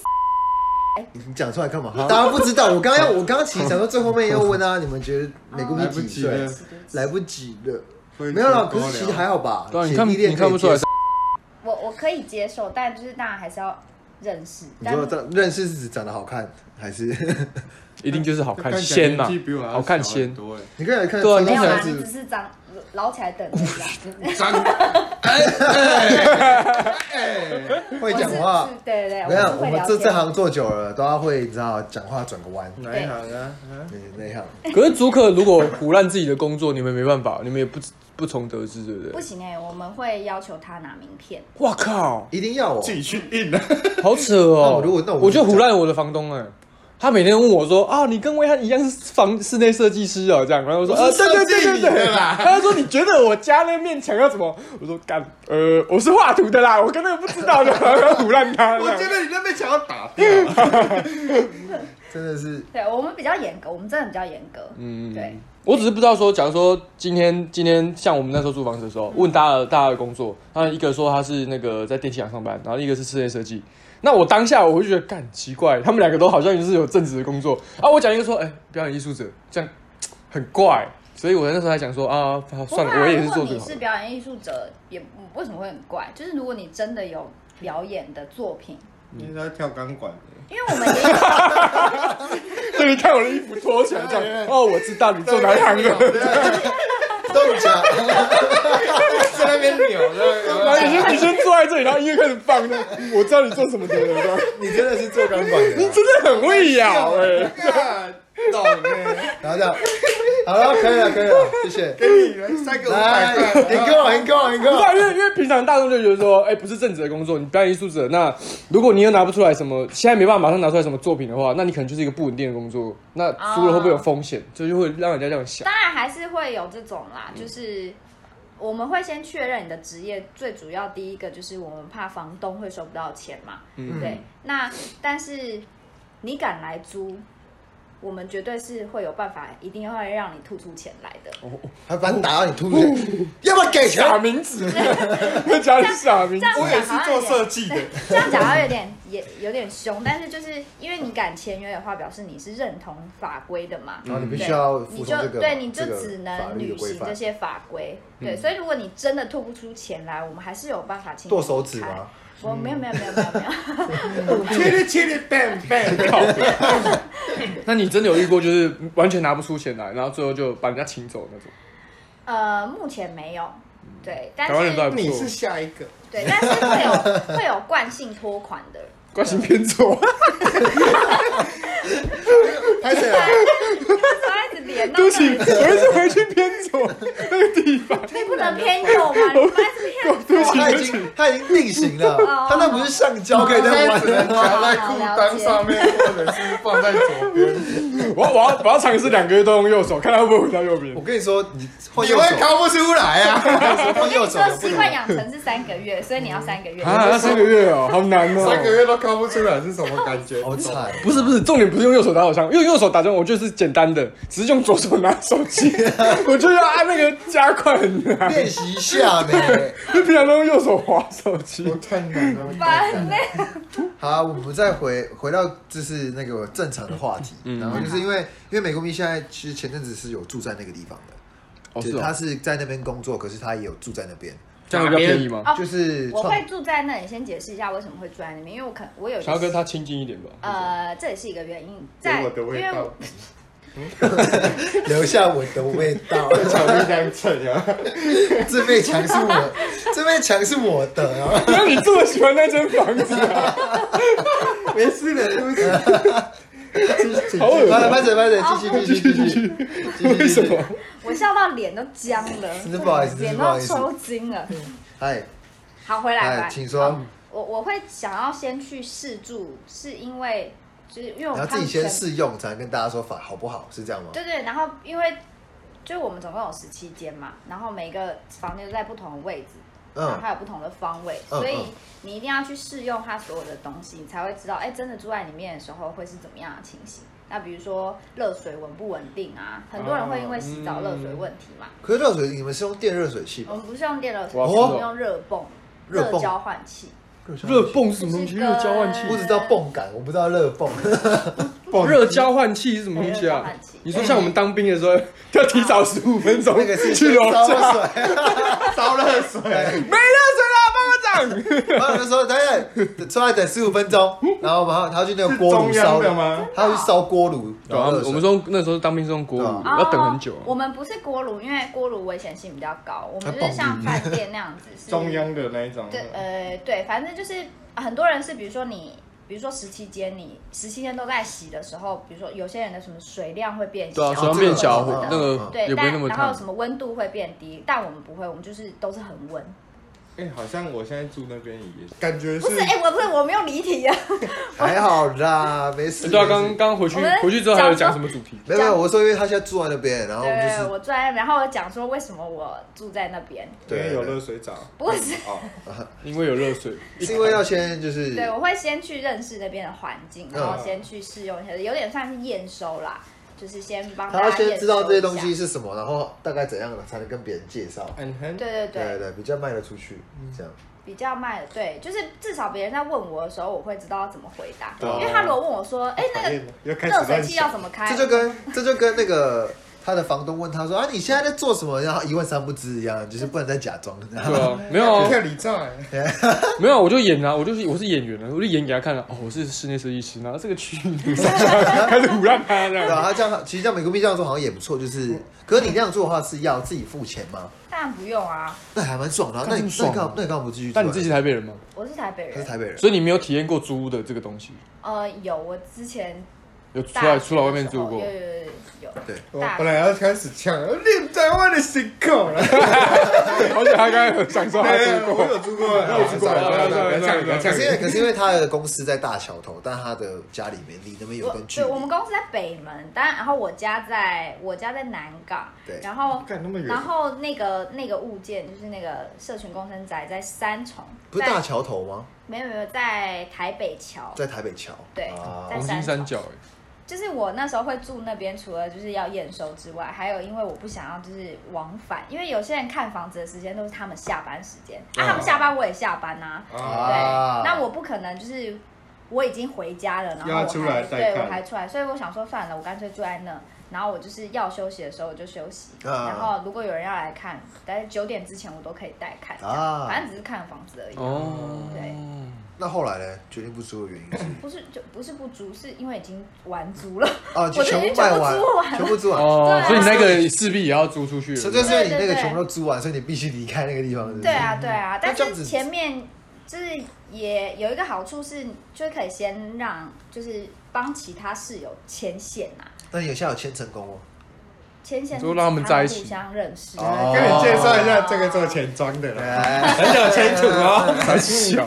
[SPEAKER 1] 你讲出来干嘛？大家不知道，我刚刚要我刚刚其实想说最后面要问啊，你们觉得每个
[SPEAKER 3] 来
[SPEAKER 1] 人
[SPEAKER 3] 不
[SPEAKER 1] 几
[SPEAKER 3] 及
[SPEAKER 1] 岁
[SPEAKER 3] 了？
[SPEAKER 1] 来不及了。没有啦，可是其实还好吧。
[SPEAKER 2] 对啊，你
[SPEAKER 1] 姐
[SPEAKER 2] 看
[SPEAKER 1] 弟恋
[SPEAKER 2] 你看不
[SPEAKER 1] 可以
[SPEAKER 2] 出来
[SPEAKER 1] 接
[SPEAKER 2] 是
[SPEAKER 1] 受。
[SPEAKER 4] 我我可以接受，但就是当然还是要认识，
[SPEAKER 1] 你
[SPEAKER 4] 但
[SPEAKER 1] 说这认识是指长得好看还是？
[SPEAKER 2] 一定就是好
[SPEAKER 3] 但
[SPEAKER 2] 看
[SPEAKER 3] 感觉
[SPEAKER 2] 鲜嘛啊
[SPEAKER 3] 年纪比我还，要
[SPEAKER 2] 好看
[SPEAKER 3] 小很
[SPEAKER 2] 鲜。
[SPEAKER 3] 多哎
[SPEAKER 1] 你可以看
[SPEAKER 2] 对啊
[SPEAKER 1] 车
[SPEAKER 2] 你
[SPEAKER 4] 没有
[SPEAKER 2] 想
[SPEAKER 4] 啦
[SPEAKER 1] 上，
[SPEAKER 4] 你
[SPEAKER 1] 是
[SPEAKER 4] 只是长捞起来等着啦。
[SPEAKER 1] 会讲
[SPEAKER 4] 我
[SPEAKER 1] 话
[SPEAKER 4] 是。是对对，
[SPEAKER 1] 我
[SPEAKER 4] 对
[SPEAKER 1] 跟你
[SPEAKER 4] 我
[SPEAKER 1] 讲，
[SPEAKER 4] 是
[SPEAKER 1] 我
[SPEAKER 4] 会
[SPEAKER 1] 们
[SPEAKER 4] 聊
[SPEAKER 1] 这
[SPEAKER 4] 天
[SPEAKER 1] 这行做久了，都要会你知道讲话转个弯，
[SPEAKER 3] 哪一行啊？啊
[SPEAKER 1] 对那样。
[SPEAKER 2] 可是主可如果胡乱自己的工作，你们没办法，你们也不不从得知，对不
[SPEAKER 4] 不
[SPEAKER 2] 对？
[SPEAKER 4] 行哎、我们会要求他拿名片。
[SPEAKER 2] 哇靠，
[SPEAKER 1] 一定要哦我
[SPEAKER 3] 自己去印啊！
[SPEAKER 2] 好扯
[SPEAKER 1] 那
[SPEAKER 2] 哦！
[SPEAKER 1] 我如果那我
[SPEAKER 2] 我就胡乱我的房东哎、他每天问我说啊，你跟威汉一样是房室内设计师哦，这样，然后我说啊，
[SPEAKER 3] 我是
[SPEAKER 2] 对对对
[SPEAKER 3] 设计
[SPEAKER 2] 对
[SPEAKER 3] 你
[SPEAKER 2] 对
[SPEAKER 3] 的啦
[SPEAKER 2] 他就说你觉得我家那面墙要怎么？我说干，呃，我是画图的啦，我根本不知道的，然后胡乱他。
[SPEAKER 3] 我
[SPEAKER 2] 这样
[SPEAKER 3] 觉得你那边想要打掉，
[SPEAKER 1] 真的是
[SPEAKER 4] 对我们比较严格，我们真的比较严格。
[SPEAKER 2] 嗯
[SPEAKER 4] 对，
[SPEAKER 2] 我只是不知道说，假如说今天今天像我们那时候租房子的时候，问大二大二的工作，那一个说他是那个在电器厂上班，然后一个是室内设计。那我当下我会觉得干奇怪，他们两个都好像就是有正职的工作啊。我讲一个说，哎、表演艺术者，这样很怪，所以我那时候还讲说啊，算了，
[SPEAKER 4] 不会啊
[SPEAKER 2] 我也是
[SPEAKER 4] 如
[SPEAKER 2] 做
[SPEAKER 4] 果
[SPEAKER 2] 这
[SPEAKER 4] 你
[SPEAKER 2] 行
[SPEAKER 4] 是
[SPEAKER 2] 的。
[SPEAKER 4] 表演艺术者，也嗯为什么会很怪？就是如果你真的有表演的作品，
[SPEAKER 3] 你在跳钢管的。
[SPEAKER 4] 因为我们也有
[SPEAKER 2] 对，你看我的衣服脱起来这样，哦，我知道你做哪一行的，
[SPEAKER 1] 动脚，
[SPEAKER 3] 在那边扭
[SPEAKER 2] 然后
[SPEAKER 3] 的，
[SPEAKER 2] 你先你先坐在这里，然后音乐开始放，那我知道你做什么的了， 这样
[SPEAKER 1] 你真的是做钢管 的
[SPEAKER 2] 你
[SPEAKER 1] 啊，
[SPEAKER 2] 真的很会咬哎、
[SPEAKER 3] 懂哎，
[SPEAKER 1] 然后这样，好了，可以了，可以了，谢谢。
[SPEAKER 3] 给你来塞个五
[SPEAKER 1] 来
[SPEAKER 3] 百块，
[SPEAKER 1] 你够了，你够了，你够
[SPEAKER 2] 不
[SPEAKER 1] 了。
[SPEAKER 2] 然，因为因为平常大众就觉得说，哎、不是正职的工作，你表演艺术者，那如果你又拿不出来什么，现在没办法马上拿出来什么作品的话，那你可能就是一个不稳定的工作，那
[SPEAKER 4] 哦
[SPEAKER 2] 输了会不会有风险？这就会让人家这样想。
[SPEAKER 4] 当然还是会有这种啦，
[SPEAKER 2] 嗯
[SPEAKER 4] 就是我们会先确认你的职业，最主要第一个就是我们怕房东会收不到钱嘛，
[SPEAKER 2] 嗯
[SPEAKER 4] 对。那但是你敢来租，我们绝对是会有办法，一定会让你吐出钱来的。
[SPEAKER 2] 哦
[SPEAKER 1] 他把你打到你吐血，要不要给钱？
[SPEAKER 2] 假名字，会讲你 假名
[SPEAKER 4] 这样
[SPEAKER 2] 字，
[SPEAKER 4] 讲
[SPEAKER 3] 我也是
[SPEAKER 4] 好像有
[SPEAKER 3] 做
[SPEAKER 4] 点
[SPEAKER 3] 设计的，
[SPEAKER 4] 这样讲到有点也有点凶，但是就是因为你敢签约的话，表示你是认同法规的嘛，
[SPEAKER 1] 然后你嗯必
[SPEAKER 4] 对
[SPEAKER 1] 须要
[SPEAKER 4] 你
[SPEAKER 1] 服从
[SPEAKER 4] 就
[SPEAKER 1] 这个，
[SPEAKER 4] 对，你就
[SPEAKER 1] 这个
[SPEAKER 4] 只
[SPEAKER 1] 法
[SPEAKER 4] 能
[SPEAKER 1] 律的
[SPEAKER 4] 履
[SPEAKER 1] 规
[SPEAKER 4] 行这
[SPEAKER 1] 范。嗯
[SPEAKER 4] 些法规。对，所以如果你真的吐不出钱来，我们还是有办法请你
[SPEAKER 1] 剁手指
[SPEAKER 4] 离开
[SPEAKER 1] 吗？
[SPEAKER 4] 我没有没有没有没有没有，
[SPEAKER 3] 切哩切哩 bang bang，
[SPEAKER 2] 那你真的有遇过就是完全拿不出钱来，然后最后就把人家请走那种？
[SPEAKER 4] 呃，目前没有。对，但
[SPEAKER 2] 台湾人
[SPEAKER 4] 是
[SPEAKER 2] 都还不
[SPEAKER 3] 你
[SPEAKER 2] 错
[SPEAKER 3] 是，下一
[SPEAKER 1] 哦
[SPEAKER 3] 个，
[SPEAKER 4] 对，但是会有会有惯性拖款的。
[SPEAKER 2] 关系偏左，
[SPEAKER 1] 拍谁啊？
[SPEAKER 4] 他一直连到
[SPEAKER 2] 对不起，
[SPEAKER 4] 那里
[SPEAKER 2] 我一直回去偏左那个地方。
[SPEAKER 4] 你不能偏右吗？你不能偏左。
[SPEAKER 1] 他已经他已经定型了，他那不是橡胶可以再
[SPEAKER 3] 现在
[SPEAKER 1] 玩
[SPEAKER 3] 只能
[SPEAKER 1] 的吗？
[SPEAKER 3] 夹在裤裆上面，或者是放在左边。
[SPEAKER 2] 我我要我要尝试两个月都用右手，看他会不会回到右边
[SPEAKER 1] 我。跟你说，你换
[SPEAKER 3] 你
[SPEAKER 1] 右手
[SPEAKER 3] 会，考不出来啊！
[SPEAKER 1] 换右手
[SPEAKER 4] 这
[SPEAKER 1] 不
[SPEAKER 4] 习惯养成是三个月，所以你要三个月。
[SPEAKER 2] 啊，要三个月哦，好难哦。
[SPEAKER 3] 三个月都考不出来是什么感觉？
[SPEAKER 1] 好哦惨。
[SPEAKER 2] 不是不是，重点不是用右手打手枪，用右手打中我就是简单的，只是用左手拿手 机，我就要按那个加快很难，
[SPEAKER 1] 练习一下呗。
[SPEAKER 2] 就平常都用右手滑手机
[SPEAKER 3] 我。太难了。
[SPEAKER 1] 嗯
[SPEAKER 4] 烦嘞。
[SPEAKER 1] 好，我们再回回到就是那个正常的话题，
[SPEAKER 2] 嗯
[SPEAKER 1] 然后就是因为因为美国咪现在其实前阵子是有住在那个地方的，
[SPEAKER 2] 哦
[SPEAKER 1] 就是他，是在那边工作，可是他也有住在那边，
[SPEAKER 2] 这样比较便宜吗？
[SPEAKER 4] 哦
[SPEAKER 1] 就是
[SPEAKER 4] 我
[SPEAKER 1] 创
[SPEAKER 4] 会住在那里，先解释一下为什么会住在那边，因为我可我有一个
[SPEAKER 2] 想要跟他亲近一点吧。
[SPEAKER 4] 呃，这也是一个原因，
[SPEAKER 3] 有
[SPEAKER 4] 在
[SPEAKER 3] 我的
[SPEAKER 4] 因
[SPEAKER 3] 味
[SPEAKER 4] 为
[SPEAKER 3] 道
[SPEAKER 4] 我，
[SPEAKER 1] 留下我的味 道。
[SPEAKER 3] 巧克力当成啊！
[SPEAKER 1] 这面墙是我，这面墙是我的啊。
[SPEAKER 2] 那你这么喜欢那间房子 啊？
[SPEAKER 3] 没事的，对不起。
[SPEAKER 2] 好恶
[SPEAKER 1] 拍
[SPEAKER 2] 心
[SPEAKER 1] 了，拍手，拍手，继续，继续，继续，继续，
[SPEAKER 2] 为
[SPEAKER 1] 继
[SPEAKER 2] 什
[SPEAKER 1] 续
[SPEAKER 2] 么。？
[SPEAKER 4] 我笑到脸都僵 了，
[SPEAKER 1] 真的不好意思
[SPEAKER 4] 脸
[SPEAKER 1] 真的
[SPEAKER 4] 都
[SPEAKER 1] 不好
[SPEAKER 4] 要
[SPEAKER 1] 意思
[SPEAKER 4] 抽筋了。
[SPEAKER 1] 哎
[SPEAKER 4] 好，回来回
[SPEAKER 1] 哎
[SPEAKER 4] 来，，
[SPEAKER 1] 请说
[SPEAKER 4] 好。我我会想要先去试住，是因为就是因为我
[SPEAKER 1] 然
[SPEAKER 4] 们
[SPEAKER 1] 后自己
[SPEAKER 4] 看
[SPEAKER 1] 先
[SPEAKER 4] 全
[SPEAKER 1] 试用，才能跟大家说法好不好，是这样吗？
[SPEAKER 4] 对对，然后因为就是我们总共有十七间嘛，然后每个房间都在不同的位置，然后
[SPEAKER 1] 嗯
[SPEAKER 4] 还有不同的方位，
[SPEAKER 1] 嗯
[SPEAKER 4] 所以
[SPEAKER 1] 嗯
[SPEAKER 4] 你一定要去试用它所有的东西，你才会知道，哎，真的住在里面的时候会是怎么样的情形。那比如说热水稳不稳定啊，很多人会因为洗澡热水问题嘛，
[SPEAKER 1] 可是热水你们是用电热水器
[SPEAKER 4] 我
[SPEAKER 1] 吧？
[SPEAKER 4] 们不是用电热水，
[SPEAKER 2] 哇
[SPEAKER 4] 我
[SPEAKER 2] 是
[SPEAKER 4] 们
[SPEAKER 2] 哦
[SPEAKER 4] 用热泵、
[SPEAKER 1] 热泵
[SPEAKER 4] 交换器。
[SPEAKER 2] 热泵是什么
[SPEAKER 4] 么
[SPEAKER 2] 东
[SPEAKER 4] 东
[SPEAKER 2] 西？
[SPEAKER 4] 西
[SPEAKER 2] 热
[SPEAKER 4] 热
[SPEAKER 2] 交
[SPEAKER 4] 交
[SPEAKER 2] 换
[SPEAKER 4] 换
[SPEAKER 2] 器
[SPEAKER 4] 器。
[SPEAKER 1] 我只知道泵感，我不知道热泵。
[SPEAKER 2] 热交换器是什么东西
[SPEAKER 4] 热交
[SPEAKER 2] 啊哎
[SPEAKER 4] 换器？
[SPEAKER 2] 你说像我们当兵的时候要提早十五分钟
[SPEAKER 1] 那个是
[SPEAKER 2] 去楼
[SPEAKER 1] 烧
[SPEAKER 2] 下，
[SPEAKER 1] 热水，
[SPEAKER 3] 烧热水，
[SPEAKER 2] 没热水了，帮我找样？
[SPEAKER 1] 然后我就说等等，出来等十五分钟，然后马上他去那个
[SPEAKER 3] 是
[SPEAKER 1] 锅炉
[SPEAKER 3] 中
[SPEAKER 1] 烧
[SPEAKER 3] 央的，吗？
[SPEAKER 1] 他要去烧锅炉，
[SPEAKER 2] 对啊，我们
[SPEAKER 1] 说
[SPEAKER 2] 说那时候当兵是用锅炉，
[SPEAKER 1] 对
[SPEAKER 2] 要等很久
[SPEAKER 4] 哦
[SPEAKER 2] 啊。
[SPEAKER 4] 我们不是锅炉，因为锅炉危险性比较高，我们就
[SPEAKER 1] 它
[SPEAKER 4] 是
[SPEAKER 1] 爆
[SPEAKER 4] 像
[SPEAKER 1] 裂
[SPEAKER 4] 饭店那样子，是
[SPEAKER 3] 中央的那一种。
[SPEAKER 4] 对，呃，对，反正就是啊很多人是，比如说你，比如说十七间，你十七间都在洗的时候，比如说有些人的什么水量会变小，
[SPEAKER 2] 对啊，水量
[SPEAKER 1] 这
[SPEAKER 2] 变
[SPEAKER 1] 个
[SPEAKER 2] 小
[SPEAKER 1] 我知道，
[SPEAKER 2] 那
[SPEAKER 1] 嗯
[SPEAKER 2] 个
[SPEAKER 4] 对，
[SPEAKER 2] 也不会那
[SPEAKER 4] 但
[SPEAKER 2] 么
[SPEAKER 4] 然后
[SPEAKER 2] 烫
[SPEAKER 4] 什。么温度会变低，但我们不会，我们就是都是恒温。
[SPEAKER 3] 哎，好像我现在住那边也感觉
[SPEAKER 4] 不是，哎、我不是，我没有离题啊。
[SPEAKER 1] 还好啦，没事。
[SPEAKER 2] 对啊，
[SPEAKER 1] 没事
[SPEAKER 2] 刚刚回去
[SPEAKER 4] 我们
[SPEAKER 2] 回去之后还有讲什么主题？
[SPEAKER 1] 没有没有，我说因为他现在住在那边，然后我们
[SPEAKER 4] 对，
[SPEAKER 1] 就是
[SPEAKER 4] 我坐在那边，然后我讲说为什么我住在那边，
[SPEAKER 3] 因为
[SPEAKER 1] 对
[SPEAKER 3] 有热水澡。
[SPEAKER 4] 不是，
[SPEAKER 3] 哦，
[SPEAKER 2] 因为有热水，
[SPEAKER 1] 是因为要先就是
[SPEAKER 4] 对，我会先去认识那边的环境，然后
[SPEAKER 3] 嗯
[SPEAKER 4] 先去试用一下，有点算是验收啦，就是先帮
[SPEAKER 1] 他
[SPEAKER 4] 大
[SPEAKER 1] 要
[SPEAKER 4] 家验
[SPEAKER 1] 先知道
[SPEAKER 4] 收
[SPEAKER 1] 这些
[SPEAKER 4] 一
[SPEAKER 1] 东
[SPEAKER 4] 下
[SPEAKER 1] 西是什么，然后大概怎样的才能跟别人介绍。
[SPEAKER 3] 嗯哼，
[SPEAKER 4] 对对
[SPEAKER 1] 对对，比较卖得出去，
[SPEAKER 2] 嗯
[SPEAKER 1] 这样。
[SPEAKER 4] 比较慢，对，就是至少别人在问我的时候，我会知道要怎么回答。
[SPEAKER 3] 对啊
[SPEAKER 4] 因为他如果问我说，哎、那
[SPEAKER 3] 讨
[SPEAKER 4] 个
[SPEAKER 3] 厌了又开始
[SPEAKER 4] 热水
[SPEAKER 3] 乱
[SPEAKER 4] 器要
[SPEAKER 3] 想。
[SPEAKER 4] 怎么开？
[SPEAKER 1] 这就跟这就跟那个他的房东问他说啊，你现在在做什么？然后一问三不知一样，就是不能再假装。然
[SPEAKER 2] 对
[SPEAKER 1] 后
[SPEAKER 2] 啊，没有啊
[SPEAKER 3] 你，看李照哎，
[SPEAKER 2] 没有啊，我就演啊，我就是我是演员啊，我就演给他看了、哦，我是室内设计师，然后这个区域 开始胡乱他这
[SPEAKER 1] 对
[SPEAKER 2] 样。
[SPEAKER 1] 啊，他这样其实像美国币这样做好像也不错，
[SPEAKER 2] 嗯
[SPEAKER 1] 就是，可是你那样做的话是要自己付钱吗？
[SPEAKER 4] 当然不用啊，
[SPEAKER 1] 那还蛮爽的啊。那
[SPEAKER 2] 看
[SPEAKER 1] 你
[SPEAKER 2] 这么
[SPEAKER 1] 那
[SPEAKER 2] 爽
[SPEAKER 1] 你干嘛那你干嘛不继续做？啊
[SPEAKER 2] 但你自己是台北人吗？
[SPEAKER 4] 我是台北
[SPEAKER 1] 他是
[SPEAKER 4] 人。
[SPEAKER 1] 台北人，
[SPEAKER 2] 所以你没有体验过租屋的这个东西，
[SPEAKER 4] 呃，有我之前
[SPEAKER 2] 有出
[SPEAKER 4] 大
[SPEAKER 2] 来
[SPEAKER 4] 学
[SPEAKER 2] 出来外面
[SPEAKER 4] 的时候
[SPEAKER 2] 住过
[SPEAKER 4] 有，有有有
[SPEAKER 1] 对
[SPEAKER 4] 有
[SPEAKER 3] 我
[SPEAKER 4] 大
[SPEAKER 3] 本来要开始呛，你台湾的辛苦了。
[SPEAKER 2] 而且他刚才很享受他
[SPEAKER 3] 对
[SPEAKER 2] 住
[SPEAKER 3] 我
[SPEAKER 2] 过。
[SPEAKER 3] 有住过，我有住过，不要
[SPEAKER 1] 可
[SPEAKER 3] 呛
[SPEAKER 1] 是
[SPEAKER 3] 你
[SPEAKER 1] 因为可是因为他的公司在大桥头，但他的家里面离那边有
[SPEAKER 4] 我
[SPEAKER 1] 根距
[SPEAKER 4] 对
[SPEAKER 1] 离
[SPEAKER 4] 我。们公司在北门，当然，然后我家在我家在南港，
[SPEAKER 1] 对
[SPEAKER 4] 然后
[SPEAKER 3] 干那么远
[SPEAKER 4] 然后那个那个物件就是那个社群共生宅在三重，
[SPEAKER 1] 不是
[SPEAKER 4] 在
[SPEAKER 1] 大桥头吗？
[SPEAKER 4] 没有没有在台北桥，
[SPEAKER 1] 在台北桥。
[SPEAKER 4] 对
[SPEAKER 1] 啊
[SPEAKER 4] 在
[SPEAKER 2] 黄金三角、欸，
[SPEAKER 4] 就是我那时候会住那边，除了就是要验收之外，还有因为我不想要就是往返，因为有些人看房子的时间都是他们下班时间，
[SPEAKER 3] 嗯
[SPEAKER 4] 啊，他们下班我也下班呐、
[SPEAKER 3] 啊！
[SPEAKER 1] 啊
[SPEAKER 4] 对，那我不可能就是我已经回家了，然后
[SPEAKER 3] 要
[SPEAKER 4] 我
[SPEAKER 3] 出来
[SPEAKER 4] 还
[SPEAKER 3] 再
[SPEAKER 4] 对
[SPEAKER 3] 看
[SPEAKER 4] 我还出来，所以我想说算了，我干脆住在那，然后我就是要休息的时候我就休息，
[SPEAKER 1] 啊
[SPEAKER 4] 然后如果有人要来看，但九点之前我都可以带看，
[SPEAKER 1] 啊
[SPEAKER 4] 反正只是看房子而已，啊
[SPEAKER 2] 哦，
[SPEAKER 4] 对
[SPEAKER 1] 那后来呢？决定不租的原因 是
[SPEAKER 4] 不是就不是不租，是因为已经完租了。
[SPEAKER 1] 哦，就
[SPEAKER 4] 我
[SPEAKER 1] 全
[SPEAKER 4] 全
[SPEAKER 1] 部
[SPEAKER 4] 部
[SPEAKER 1] 卖完
[SPEAKER 4] 全部租，完
[SPEAKER 1] 全部租完。
[SPEAKER 2] 哦
[SPEAKER 4] 对，啊
[SPEAKER 2] 所以你那个势必也要租出去了。
[SPEAKER 1] 所以就是因为你那个
[SPEAKER 4] 对对对
[SPEAKER 1] 全部都租完，所以你必须离开那个地方。是不是
[SPEAKER 4] 对，啊，对啊，但
[SPEAKER 1] 嗯这样子
[SPEAKER 4] 是前面就是也有一个好处是，就可以先让就是帮其他室友牵线呐、啊，
[SPEAKER 1] 那你有现在有签成功哦。
[SPEAKER 4] 牵线
[SPEAKER 2] 你说让他们在一起
[SPEAKER 4] 互相认识。
[SPEAKER 1] 哦
[SPEAKER 3] 跟你介绍一下这个做钱庄的啦，
[SPEAKER 1] 哎
[SPEAKER 3] 很有前途 哦。
[SPEAKER 2] 才 小，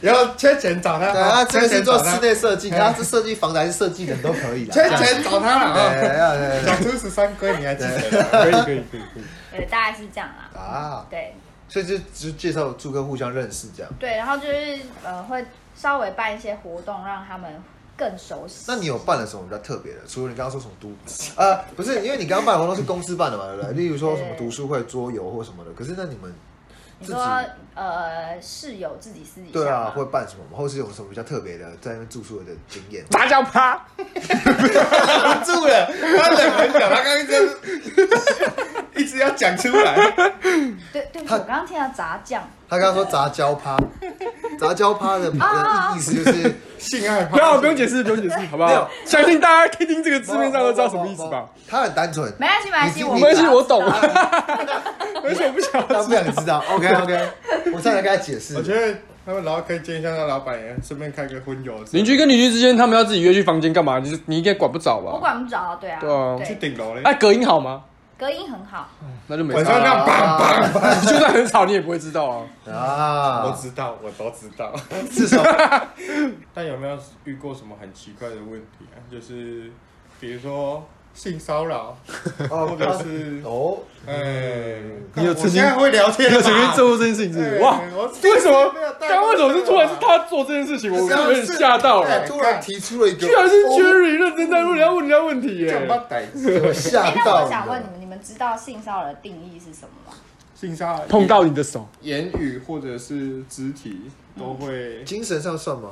[SPEAKER 3] 然后缺钱找他，
[SPEAKER 1] 对啊，哎这个是做室
[SPEAKER 3] 他，
[SPEAKER 1] 内设计，然后是设计房子还是设计人都可以的。
[SPEAKER 3] 缺钱找他了
[SPEAKER 1] 哎
[SPEAKER 3] 啊！
[SPEAKER 1] 呀对对对
[SPEAKER 3] 讲出十三规，你还 记得？
[SPEAKER 2] 可以可以可以可以。
[SPEAKER 4] 对，大概是这样啦。
[SPEAKER 1] 啊，
[SPEAKER 4] 对
[SPEAKER 1] 所以就就介绍住客互相认识这样。
[SPEAKER 4] 对，然后就是呃，会稍微办一些活动，让他们更熟悉。
[SPEAKER 1] 那你有办了什么比较特别的？除了你刚刚说什么读，呃，不是，因为你刚刚办的活动是公司办的嘛，对不对？
[SPEAKER 2] 嗯
[SPEAKER 1] 例如说什么读书会、桌游或什么的。可是那你们
[SPEAKER 4] 你
[SPEAKER 1] 自己
[SPEAKER 4] 说呃，室友自己私底下
[SPEAKER 1] 对啊，
[SPEAKER 4] 吗
[SPEAKER 1] 会办什么吗？或是有什么比较特别的在那边住宿的经验？
[SPEAKER 2] 杂交趴，
[SPEAKER 3] 忍住了，他忍很久，他刚刚一直一直要讲出来。
[SPEAKER 4] 对对不起，我刚刚听到炸酱，
[SPEAKER 1] 他刚刚说杂交趴， 杂交趴 的
[SPEAKER 2] 啊
[SPEAKER 1] 的意思就是
[SPEAKER 3] 性爱趴
[SPEAKER 2] 不要不用解释，不用解释，好不
[SPEAKER 1] 没
[SPEAKER 2] 好
[SPEAKER 1] 有？
[SPEAKER 2] 相信大家可以听这个字面上都知道什么意思吧？？
[SPEAKER 1] 他很单纯，
[SPEAKER 4] 没关系没关系，
[SPEAKER 1] 你
[SPEAKER 4] 我
[SPEAKER 1] 你
[SPEAKER 2] 没关系，
[SPEAKER 4] 知道
[SPEAKER 2] 我懂。而且我不想
[SPEAKER 1] 他不想知 道。OK OK，我再来跟他解释。
[SPEAKER 3] 我觉得他们老板可以见一下那老板，也顺便开个荤油。
[SPEAKER 2] 邻居跟邻居之间，他们要自己约去房间干嘛？就是你应该管不着
[SPEAKER 4] 我
[SPEAKER 2] 吧？
[SPEAKER 4] 管不着，对啊，
[SPEAKER 2] 对啊
[SPEAKER 3] 去顶楼嘞
[SPEAKER 2] 哎、，隔音好吗？
[SPEAKER 4] 隔音很好。
[SPEAKER 2] 那就没
[SPEAKER 3] 晚
[SPEAKER 2] 差
[SPEAKER 3] 上这
[SPEAKER 2] 了。
[SPEAKER 3] 样叭叭。
[SPEAKER 2] 你就算很吵，你也不会知道啊。
[SPEAKER 3] 我
[SPEAKER 1] 啊，
[SPEAKER 3] 知道，我都知道。
[SPEAKER 1] 至少
[SPEAKER 3] 但有没有遇过什么很奇怪的问题啊？就是比如说性骚扰，或者是
[SPEAKER 1] 哦，
[SPEAKER 3] 哎，
[SPEAKER 2] 你有
[SPEAKER 3] 我
[SPEAKER 2] 曾经
[SPEAKER 3] 现在会聊天
[SPEAKER 2] 你
[SPEAKER 3] 了
[SPEAKER 2] 有
[SPEAKER 3] 吧，
[SPEAKER 2] 曾经做过这件事情是不是？
[SPEAKER 3] 对
[SPEAKER 2] 哇，
[SPEAKER 3] 我
[SPEAKER 2] 为什么
[SPEAKER 3] 没有？带过
[SPEAKER 2] 但为什么是突然是他做这件事情？我有点吓到
[SPEAKER 1] 对
[SPEAKER 2] 了。
[SPEAKER 1] 突然提出了一个，哦
[SPEAKER 2] 居然是 Jerry 认真在问人家问人家问题耶、
[SPEAKER 3] 讲吧，歹死
[SPEAKER 1] 我吓
[SPEAKER 4] 哎，那
[SPEAKER 1] 到
[SPEAKER 4] 我
[SPEAKER 1] 了。
[SPEAKER 4] 想问你们，你们知道性骚扰的定义是什么吗？
[SPEAKER 3] 性骚扰
[SPEAKER 2] 碰到你的手，
[SPEAKER 3] 言语或者是肢体都会
[SPEAKER 1] 精神上算吗？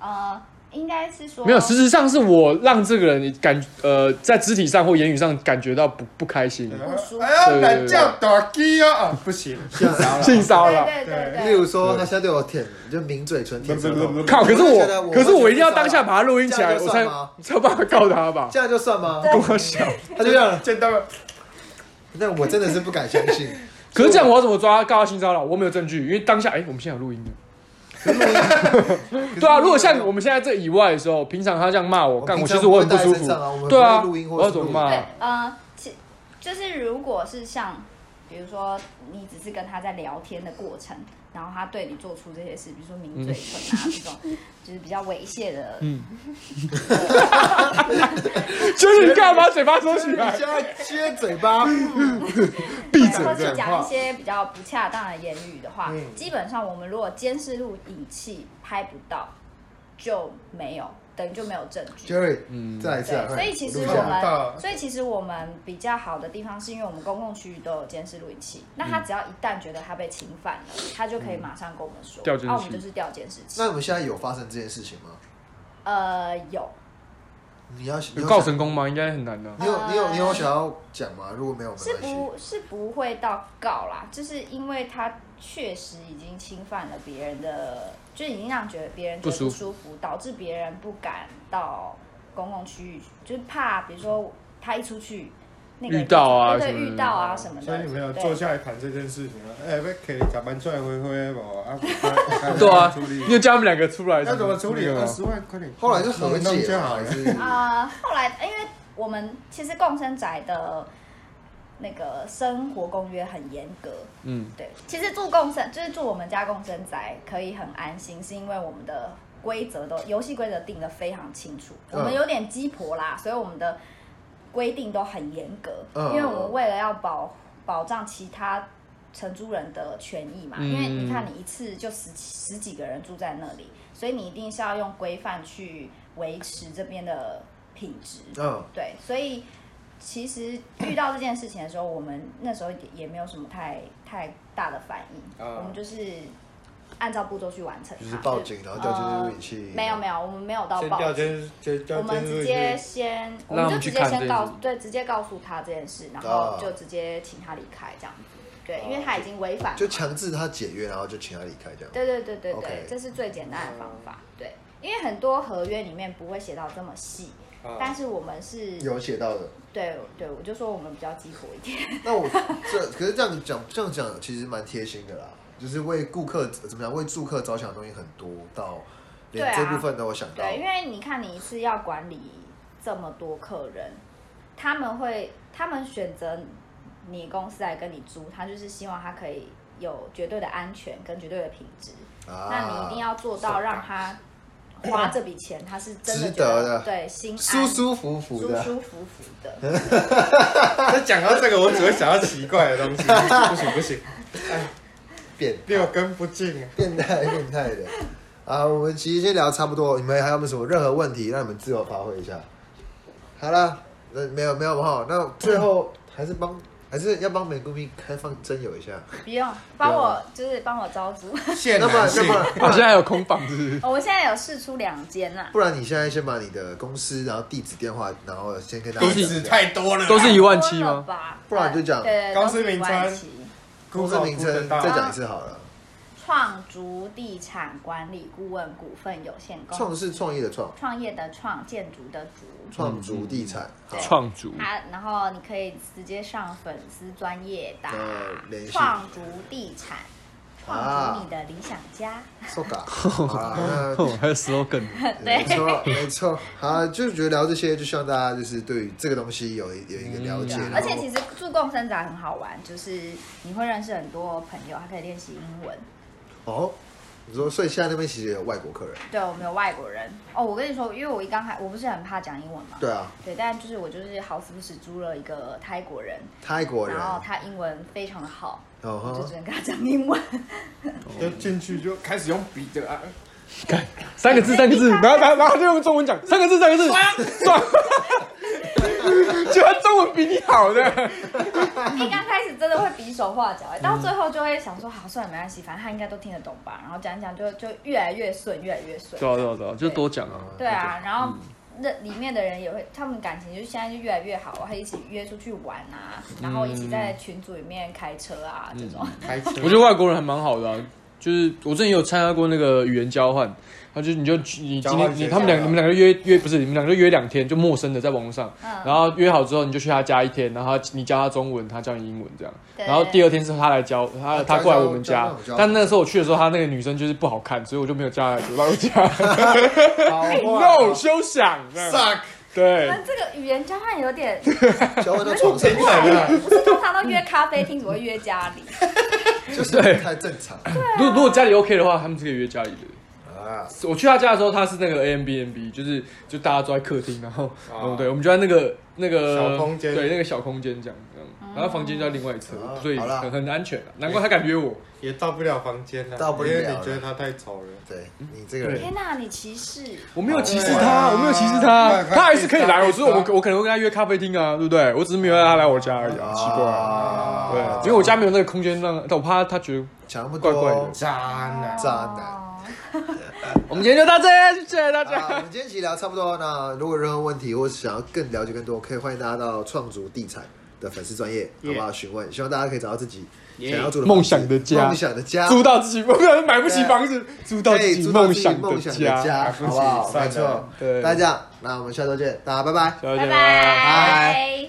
[SPEAKER 4] 呃，应该是说
[SPEAKER 2] 没有，事实上是我让这个人感呃在肢体上或言语上感觉到不不开心，
[SPEAKER 4] 不舒服
[SPEAKER 3] 哎呀，
[SPEAKER 2] 对对对
[SPEAKER 3] 懒觉打机啊！啊，不行，性 骚扰，
[SPEAKER 2] 性骚扰。
[SPEAKER 4] 对对对
[SPEAKER 1] 例
[SPEAKER 4] 对
[SPEAKER 1] 如说，他现在对我舔，就抿嘴唇舔舌头，
[SPEAKER 2] 靠！可是
[SPEAKER 1] 我觉得
[SPEAKER 2] 我，
[SPEAKER 1] 我
[SPEAKER 2] 可是我一定要当下把他录音起
[SPEAKER 1] 这
[SPEAKER 2] 来，
[SPEAKER 1] 样就
[SPEAKER 2] 我才
[SPEAKER 1] 算吗
[SPEAKER 2] 才有办法告他吧。
[SPEAKER 1] 这样就算吗？
[SPEAKER 4] 对
[SPEAKER 2] 我想，
[SPEAKER 1] 他就这样，
[SPEAKER 3] 见到了
[SPEAKER 1] 那我真的是不敢相信。
[SPEAKER 2] 可是这样我要怎么抓告他性骚扰？我没有证据，因为当下哎，我们现在有录音的。 对啊，如果像我们现在这以外的时候，平常他这样骂我，
[SPEAKER 1] 我
[SPEAKER 2] 干
[SPEAKER 1] 平
[SPEAKER 2] 我
[SPEAKER 1] 常
[SPEAKER 2] 其实我很
[SPEAKER 1] 不
[SPEAKER 2] 不
[SPEAKER 1] 会带
[SPEAKER 2] 舒
[SPEAKER 1] 身
[SPEAKER 2] 服
[SPEAKER 1] 上啊我们。
[SPEAKER 2] 对
[SPEAKER 1] 不
[SPEAKER 2] 啊，
[SPEAKER 1] 会录音或
[SPEAKER 2] 我要
[SPEAKER 1] 是
[SPEAKER 2] 怎么
[SPEAKER 1] 录
[SPEAKER 2] 骂
[SPEAKER 4] 对？，呃，其就是如果是像，比如说你只是跟他在聊天的过程，然后他对你做出这些事，比如说抿嘴唇啊、这种，就是比较猥亵的，
[SPEAKER 2] 就是你干嘛把嘴巴收起
[SPEAKER 1] 你
[SPEAKER 2] 来
[SPEAKER 1] 现？在撅嘴巴，
[SPEAKER 2] 闭
[SPEAKER 4] 对
[SPEAKER 2] 嘴
[SPEAKER 4] 或
[SPEAKER 1] 这
[SPEAKER 4] 是
[SPEAKER 1] 样
[SPEAKER 4] 讲
[SPEAKER 1] 话
[SPEAKER 4] 一些比较不恰当的言语的话，基本上我们如果监视录影器拍不到，就没有，等于就没有证据。
[SPEAKER 1] Jerry，
[SPEAKER 2] 嗯
[SPEAKER 1] 再来一次啊！
[SPEAKER 4] 对，
[SPEAKER 1] 快
[SPEAKER 4] 所以其实
[SPEAKER 1] 录一
[SPEAKER 4] 我
[SPEAKER 1] 下
[SPEAKER 3] 看不到
[SPEAKER 4] 们，所以其实我们比较好的地方是因为我们公共区域都有监视录影器，那
[SPEAKER 2] 嗯
[SPEAKER 4] 他只要一旦觉得他被侵犯了，他就可以马上跟我们说，
[SPEAKER 2] 调监视器
[SPEAKER 4] 哦那我们就是调监视器
[SPEAKER 1] 那。我们现在有发生这件事情吗？
[SPEAKER 4] 呃，有，
[SPEAKER 1] 你要你
[SPEAKER 2] 有
[SPEAKER 1] 有
[SPEAKER 2] 告
[SPEAKER 1] 想
[SPEAKER 2] 成功吗？应该很难啊
[SPEAKER 1] 你
[SPEAKER 2] 的。
[SPEAKER 1] 有你有你有想要讲吗？如果没有，没
[SPEAKER 4] 呃是
[SPEAKER 1] 关系。
[SPEAKER 4] 不是不会到告啦，就是因为他确实已经侵犯了别人的，就已经让觉得别人觉得
[SPEAKER 2] 不舒
[SPEAKER 4] 不
[SPEAKER 2] 服
[SPEAKER 4] 舒服，导致别人不敢到公共区域，就是怕比如说他一出去。那个人
[SPEAKER 2] 遇到啊
[SPEAKER 4] 对对
[SPEAKER 2] 什么的
[SPEAKER 4] 遇到啊什么的，
[SPEAKER 3] 所以你们有
[SPEAKER 4] 对
[SPEAKER 3] 坐下来谈这件事情吗？哎，被可以打扮出来挥挥吧， 啊，
[SPEAKER 2] 对啊
[SPEAKER 3] 处，理
[SPEAKER 2] 你有叫他们两个出来，
[SPEAKER 3] 要怎么处理？
[SPEAKER 2] 那
[SPEAKER 1] 啊
[SPEAKER 2] 个
[SPEAKER 3] 二
[SPEAKER 2] 吗
[SPEAKER 3] 十万，快点！
[SPEAKER 1] 后来是和
[SPEAKER 3] 弄
[SPEAKER 1] 解
[SPEAKER 3] 就好
[SPEAKER 1] 吗还
[SPEAKER 3] 了。
[SPEAKER 1] 是
[SPEAKER 4] 啊、后来因为我们其实共生宅的那个生活公约很严格，
[SPEAKER 2] 嗯，
[SPEAKER 4] 对，其实住共生就是住我们家共生宅可以很安心，是因为我们的规则都游戏规则定的非常清楚，
[SPEAKER 1] 嗯
[SPEAKER 4] 我们有点鸡婆啦，所以我们的规定都很严格，
[SPEAKER 1] 嗯
[SPEAKER 4] 因为我们为了要保保障其他。承租人的权益嘛，因为
[SPEAKER 2] 嗯
[SPEAKER 4] 你看你一次就十十几个人住在那里，所以你一定是要用规范去维持这边的品质。
[SPEAKER 1] 嗯，
[SPEAKER 4] 对，所以其实遇到这件事情的时候，我们那时候也也没有什么太太大的反应，
[SPEAKER 3] 啊
[SPEAKER 4] 我们就是按照步骤去完成它。
[SPEAKER 1] 就是报警，然后调监视录影器
[SPEAKER 4] 呃。没有没有，我们没有到
[SPEAKER 3] 先
[SPEAKER 4] 报
[SPEAKER 3] 调
[SPEAKER 4] 警，
[SPEAKER 3] 监，先调
[SPEAKER 4] 我们
[SPEAKER 3] 监视
[SPEAKER 4] 直
[SPEAKER 3] 器
[SPEAKER 4] 接先，我
[SPEAKER 2] 让他们
[SPEAKER 4] 们就
[SPEAKER 2] 去
[SPEAKER 4] 直接
[SPEAKER 2] 看这
[SPEAKER 4] 先
[SPEAKER 2] 件
[SPEAKER 4] 告
[SPEAKER 2] 事
[SPEAKER 4] 诉对，直接告诉他这件事，然
[SPEAKER 1] 啊
[SPEAKER 4] 后就直接请他离开这样子。对，因为他已经违反了
[SPEAKER 1] 就强制他解约，然后就请他离开这样。
[SPEAKER 4] 对对对对对
[SPEAKER 1] OK 嗯
[SPEAKER 4] 这是最简单的方法。对，因为很多合约里面不会写到这么细，
[SPEAKER 3] 啊
[SPEAKER 4] 但是我们是
[SPEAKER 1] 嗯有写到的。
[SPEAKER 4] 对对，我就说我们比较鸡婆一点。
[SPEAKER 1] 那我这可是这样讲，这样讲其实蛮贴心的啦，就是为顾客怎么样，为住客着想的东西很多，到连
[SPEAKER 4] 对
[SPEAKER 1] 这
[SPEAKER 4] 啊
[SPEAKER 1] 部分都有想到。
[SPEAKER 4] 对，因为你看你一次要管理这么多客人，他们会他们选择你公司来跟你租，他就是希望他可以有绝对的安全跟绝对的品质。
[SPEAKER 1] 啊
[SPEAKER 4] 那你一定要做到让他花这笔钱，他是真的
[SPEAKER 1] 值
[SPEAKER 4] 觉
[SPEAKER 1] 得
[SPEAKER 4] 得
[SPEAKER 1] 的
[SPEAKER 4] 对心安
[SPEAKER 1] 舒舒服服
[SPEAKER 4] 舒
[SPEAKER 1] 的。
[SPEAKER 4] 舒服服的。
[SPEAKER 3] 他讲到这个，我只会想到奇怪的 东西。不行不行，
[SPEAKER 1] 变
[SPEAKER 3] 六根不净啊！
[SPEAKER 1] 变态变态的。啊，我们其实先聊得差不多，你们还有没有什么任何问题，让你们自由发挥一下？好啦，那没有没有哈，那最
[SPEAKER 3] 嗯
[SPEAKER 1] 后还是帮还是要帮美姑咪开放征友一下。
[SPEAKER 4] 不用帮我，就是帮我招 租。哦
[SPEAKER 3] 现
[SPEAKER 1] 那么
[SPEAKER 3] 男
[SPEAKER 1] 那
[SPEAKER 3] 性，
[SPEAKER 1] 么
[SPEAKER 2] 啊，现在有空房是不是？
[SPEAKER 4] 我们现在有试出两间啦，
[SPEAKER 1] 不然你现在先把你的公司，然后地址、电话，然后先跟大家
[SPEAKER 3] 地址太多了，
[SPEAKER 2] 都是一万七
[SPEAKER 4] 多了
[SPEAKER 2] 吗？
[SPEAKER 4] 吧？
[SPEAKER 1] 不然就讲
[SPEAKER 4] 对，
[SPEAKER 3] 公
[SPEAKER 4] 都
[SPEAKER 3] 司
[SPEAKER 4] 是一
[SPEAKER 3] 名
[SPEAKER 4] 万
[SPEAKER 3] 称
[SPEAKER 4] 七
[SPEAKER 1] 公司名称
[SPEAKER 3] 啊
[SPEAKER 1] 再讲一次好了。
[SPEAKER 4] 创竹地产管理顾问股份有限公
[SPEAKER 1] 创
[SPEAKER 4] 司，
[SPEAKER 1] 是创意的创，
[SPEAKER 4] 创业的创，建筑的竹。
[SPEAKER 1] 创竹地产。啊好
[SPEAKER 4] 对
[SPEAKER 2] 创主
[SPEAKER 4] 它，然后你可以直接上粉丝专业打
[SPEAKER 1] 呃联系
[SPEAKER 4] 创竹地产，创
[SPEAKER 1] 啊
[SPEAKER 4] 竹你的理想家。
[SPEAKER 1] ，so ga。好啦，那
[SPEAKER 2] 哦，还有 slogan，
[SPEAKER 1] 没错，没错。好，就是觉得聊这些，就希望大家就是对于这个东西有一有一个了解
[SPEAKER 4] 对啊。
[SPEAKER 1] 然后
[SPEAKER 4] 而且其实住共生宅很好玩，就是你会认识很多朋友，还可以练习英文。
[SPEAKER 1] 哦，你说，所以现在那边其实也有外国客人。
[SPEAKER 4] 对，我们有外国人哦。我跟你说，因为我一刚开，我不是很怕讲英文嘛。
[SPEAKER 1] 对啊，
[SPEAKER 4] 对，但就是我就是好死不死租了一个泰国人，
[SPEAKER 1] 泰国人。
[SPEAKER 4] 然后他英文非常的好，
[SPEAKER 1] 哦
[SPEAKER 4] 我就只
[SPEAKER 1] 哈，
[SPEAKER 4] 能跟他讲英文。
[SPEAKER 3] 就进去就开始用笔的啊，
[SPEAKER 2] 三个字，三个字，然后然后然后就用中文讲，三个字，三个字， 爽，就他中文比你好的，
[SPEAKER 4] 一刚开始真的会比手画脚、欸，到最后就会想说，好，算了，没关系，反正他应该都听得懂吧。然后讲一讲就就越来越顺，越来越顺。
[SPEAKER 2] 对啊对啊对啊，就多讲啊。
[SPEAKER 4] 对啊，然后那里面的人也会，他们感情就现在就越来越好啊，会一起约出去玩啊，然后一起在群组里面开车啊，这种。
[SPEAKER 3] 开车
[SPEAKER 2] 我觉得外国人还蛮好的、啊，就是我之前也有参加过那个语言交换，他就你就你今
[SPEAKER 3] 交
[SPEAKER 2] 天
[SPEAKER 3] 换
[SPEAKER 2] 你
[SPEAKER 3] 学
[SPEAKER 2] 他们
[SPEAKER 3] 校
[SPEAKER 2] 两你们两个约约不是你们两个就约两天，就陌生的在网络上，
[SPEAKER 4] 嗯
[SPEAKER 2] 然后约好之后你就去他家一天，然后他你教他中文，他教你英文这样，
[SPEAKER 4] 对
[SPEAKER 2] 然后第二天是他来教他
[SPEAKER 1] 哦
[SPEAKER 2] 他过来我们
[SPEAKER 1] 教
[SPEAKER 2] 家
[SPEAKER 1] 教教，
[SPEAKER 2] 但那个时候我去的时候，他那个女生就是不好看，所以我就没有叫他来我老家
[SPEAKER 1] 好
[SPEAKER 2] ，no 休想，这样
[SPEAKER 1] suck，
[SPEAKER 4] 你
[SPEAKER 2] 对，
[SPEAKER 4] 们这个语言交换有点，
[SPEAKER 1] 交换到床上
[SPEAKER 3] 很好啊
[SPEAKER 4] 不是通常都约咖啡厅，怎么会约家里？
[SPEAKER 1] 就是不太正常
[SPEAKER 2] 如果如果家里 OK 的话，他们是可以约家里的。
[SPEAKER 1] 啊。
[SPEAKER 2] 我去他家的时候，他是那个 A M B N B，就是就大家坐在客厅，然后，
[SPEAKER 3] 啊
[SPEAKER 2] 嗯，对，我们就在那个那个
[SPEAKER 3] 小空间
[SPEAKER 2] 对，那个小空间这样，嗯，然后房间就在另外一侧，
[SPEAKER 1] 哦
[SPEAKER 2] 所以
[SPEAKER 1] 好啦
[SPEAKER 2] 很很安全啊。难怪他敢约我，
[SPEAKER 3] 也到不了房间了，
[SPEAKER 1] 到不了
[SPEAKER 3] 因为你觉得他太丑了。
[SPEAKER 1] 对你这个人，
[SPEAKER 4] 天哪，你歧视！
[SPEAKER 2] 我没有歧视
[SPEAKER 3] 对
[SPEAKER 2] 他，
[SPEAKER 3] 啊
[SPEAKER 2] 我没有歧视他
[SPEAKER 3] 快，快
[SPEAKER 2] 他还是可以来。
[SPEAKER 3] 快
[SPEAKER 2] 我所以我
[SPEAKER 3] 快
[SPEAKER 2] 我可能会跟他约咖啡厅啊，对不对？我只是没有让他来我家而已啊，奇怪啊。
[SPEAKER 1] 啊
[SPEAKER 2] 对，因为我家没有那个空间让，但我怕他觉得。
[SPEAKER 1] 讲那么
[SPEAKER 2] 怪怪
[SPEAKER 1] 多
[SPEAKER 2] 的，
[SPEAKER 3] 渣男，
[SPEAKER 1] 渣男。
[SPEAKER 4] 哦，
[SPEAKER 2] 我们今天就到这边，谢谢 大
[SPEAKER 1] 啊，我
[SPEAKER 2] 家。
[SPEAKER 1] 们今天一起聊差不多。那如果有任何问题或是想要更了解更多，可以欢迎大家到创竹地产的粉丝专业，好不好？询问，希望大家可以找到自己想要住的
[SPEAKER 2] 梦想的家
[SPEAKER 1] 梦想的家，
[SPEAKER 2] 租到自己，不然买不起房子，租到
[SPEAKER 1] 可
[SPEAKER 2] 自
[SPEAKER 1] 以
[SPEAKER 2] 己
[SPEAKER 1] 租到
[SPEAKER 2] 梦
[SPEAKER 1] 自己
[SPEAKER 2] 想
[SPEAKER 1] 梦想
[SPEAKER 2] 的
[SPEAKER 1] 的
[SPEAKER 2] 家。
[SPEAKER 1] 家，好不好？
[SPEAKER 3] 自己
[SPEAKER 1] 没
[SPEAKER 3] 散的
[SPEAKER 1] 错，
[SPEAKER 2] 对
[SPEAKER 1] 大家这样，那我们下周见，大家拜拜。
[SPEAKER 2] 谢谢大
[SPEAKER 4] 拜
[SPEAKER 2] 家
[SPEAKER 4] 拜。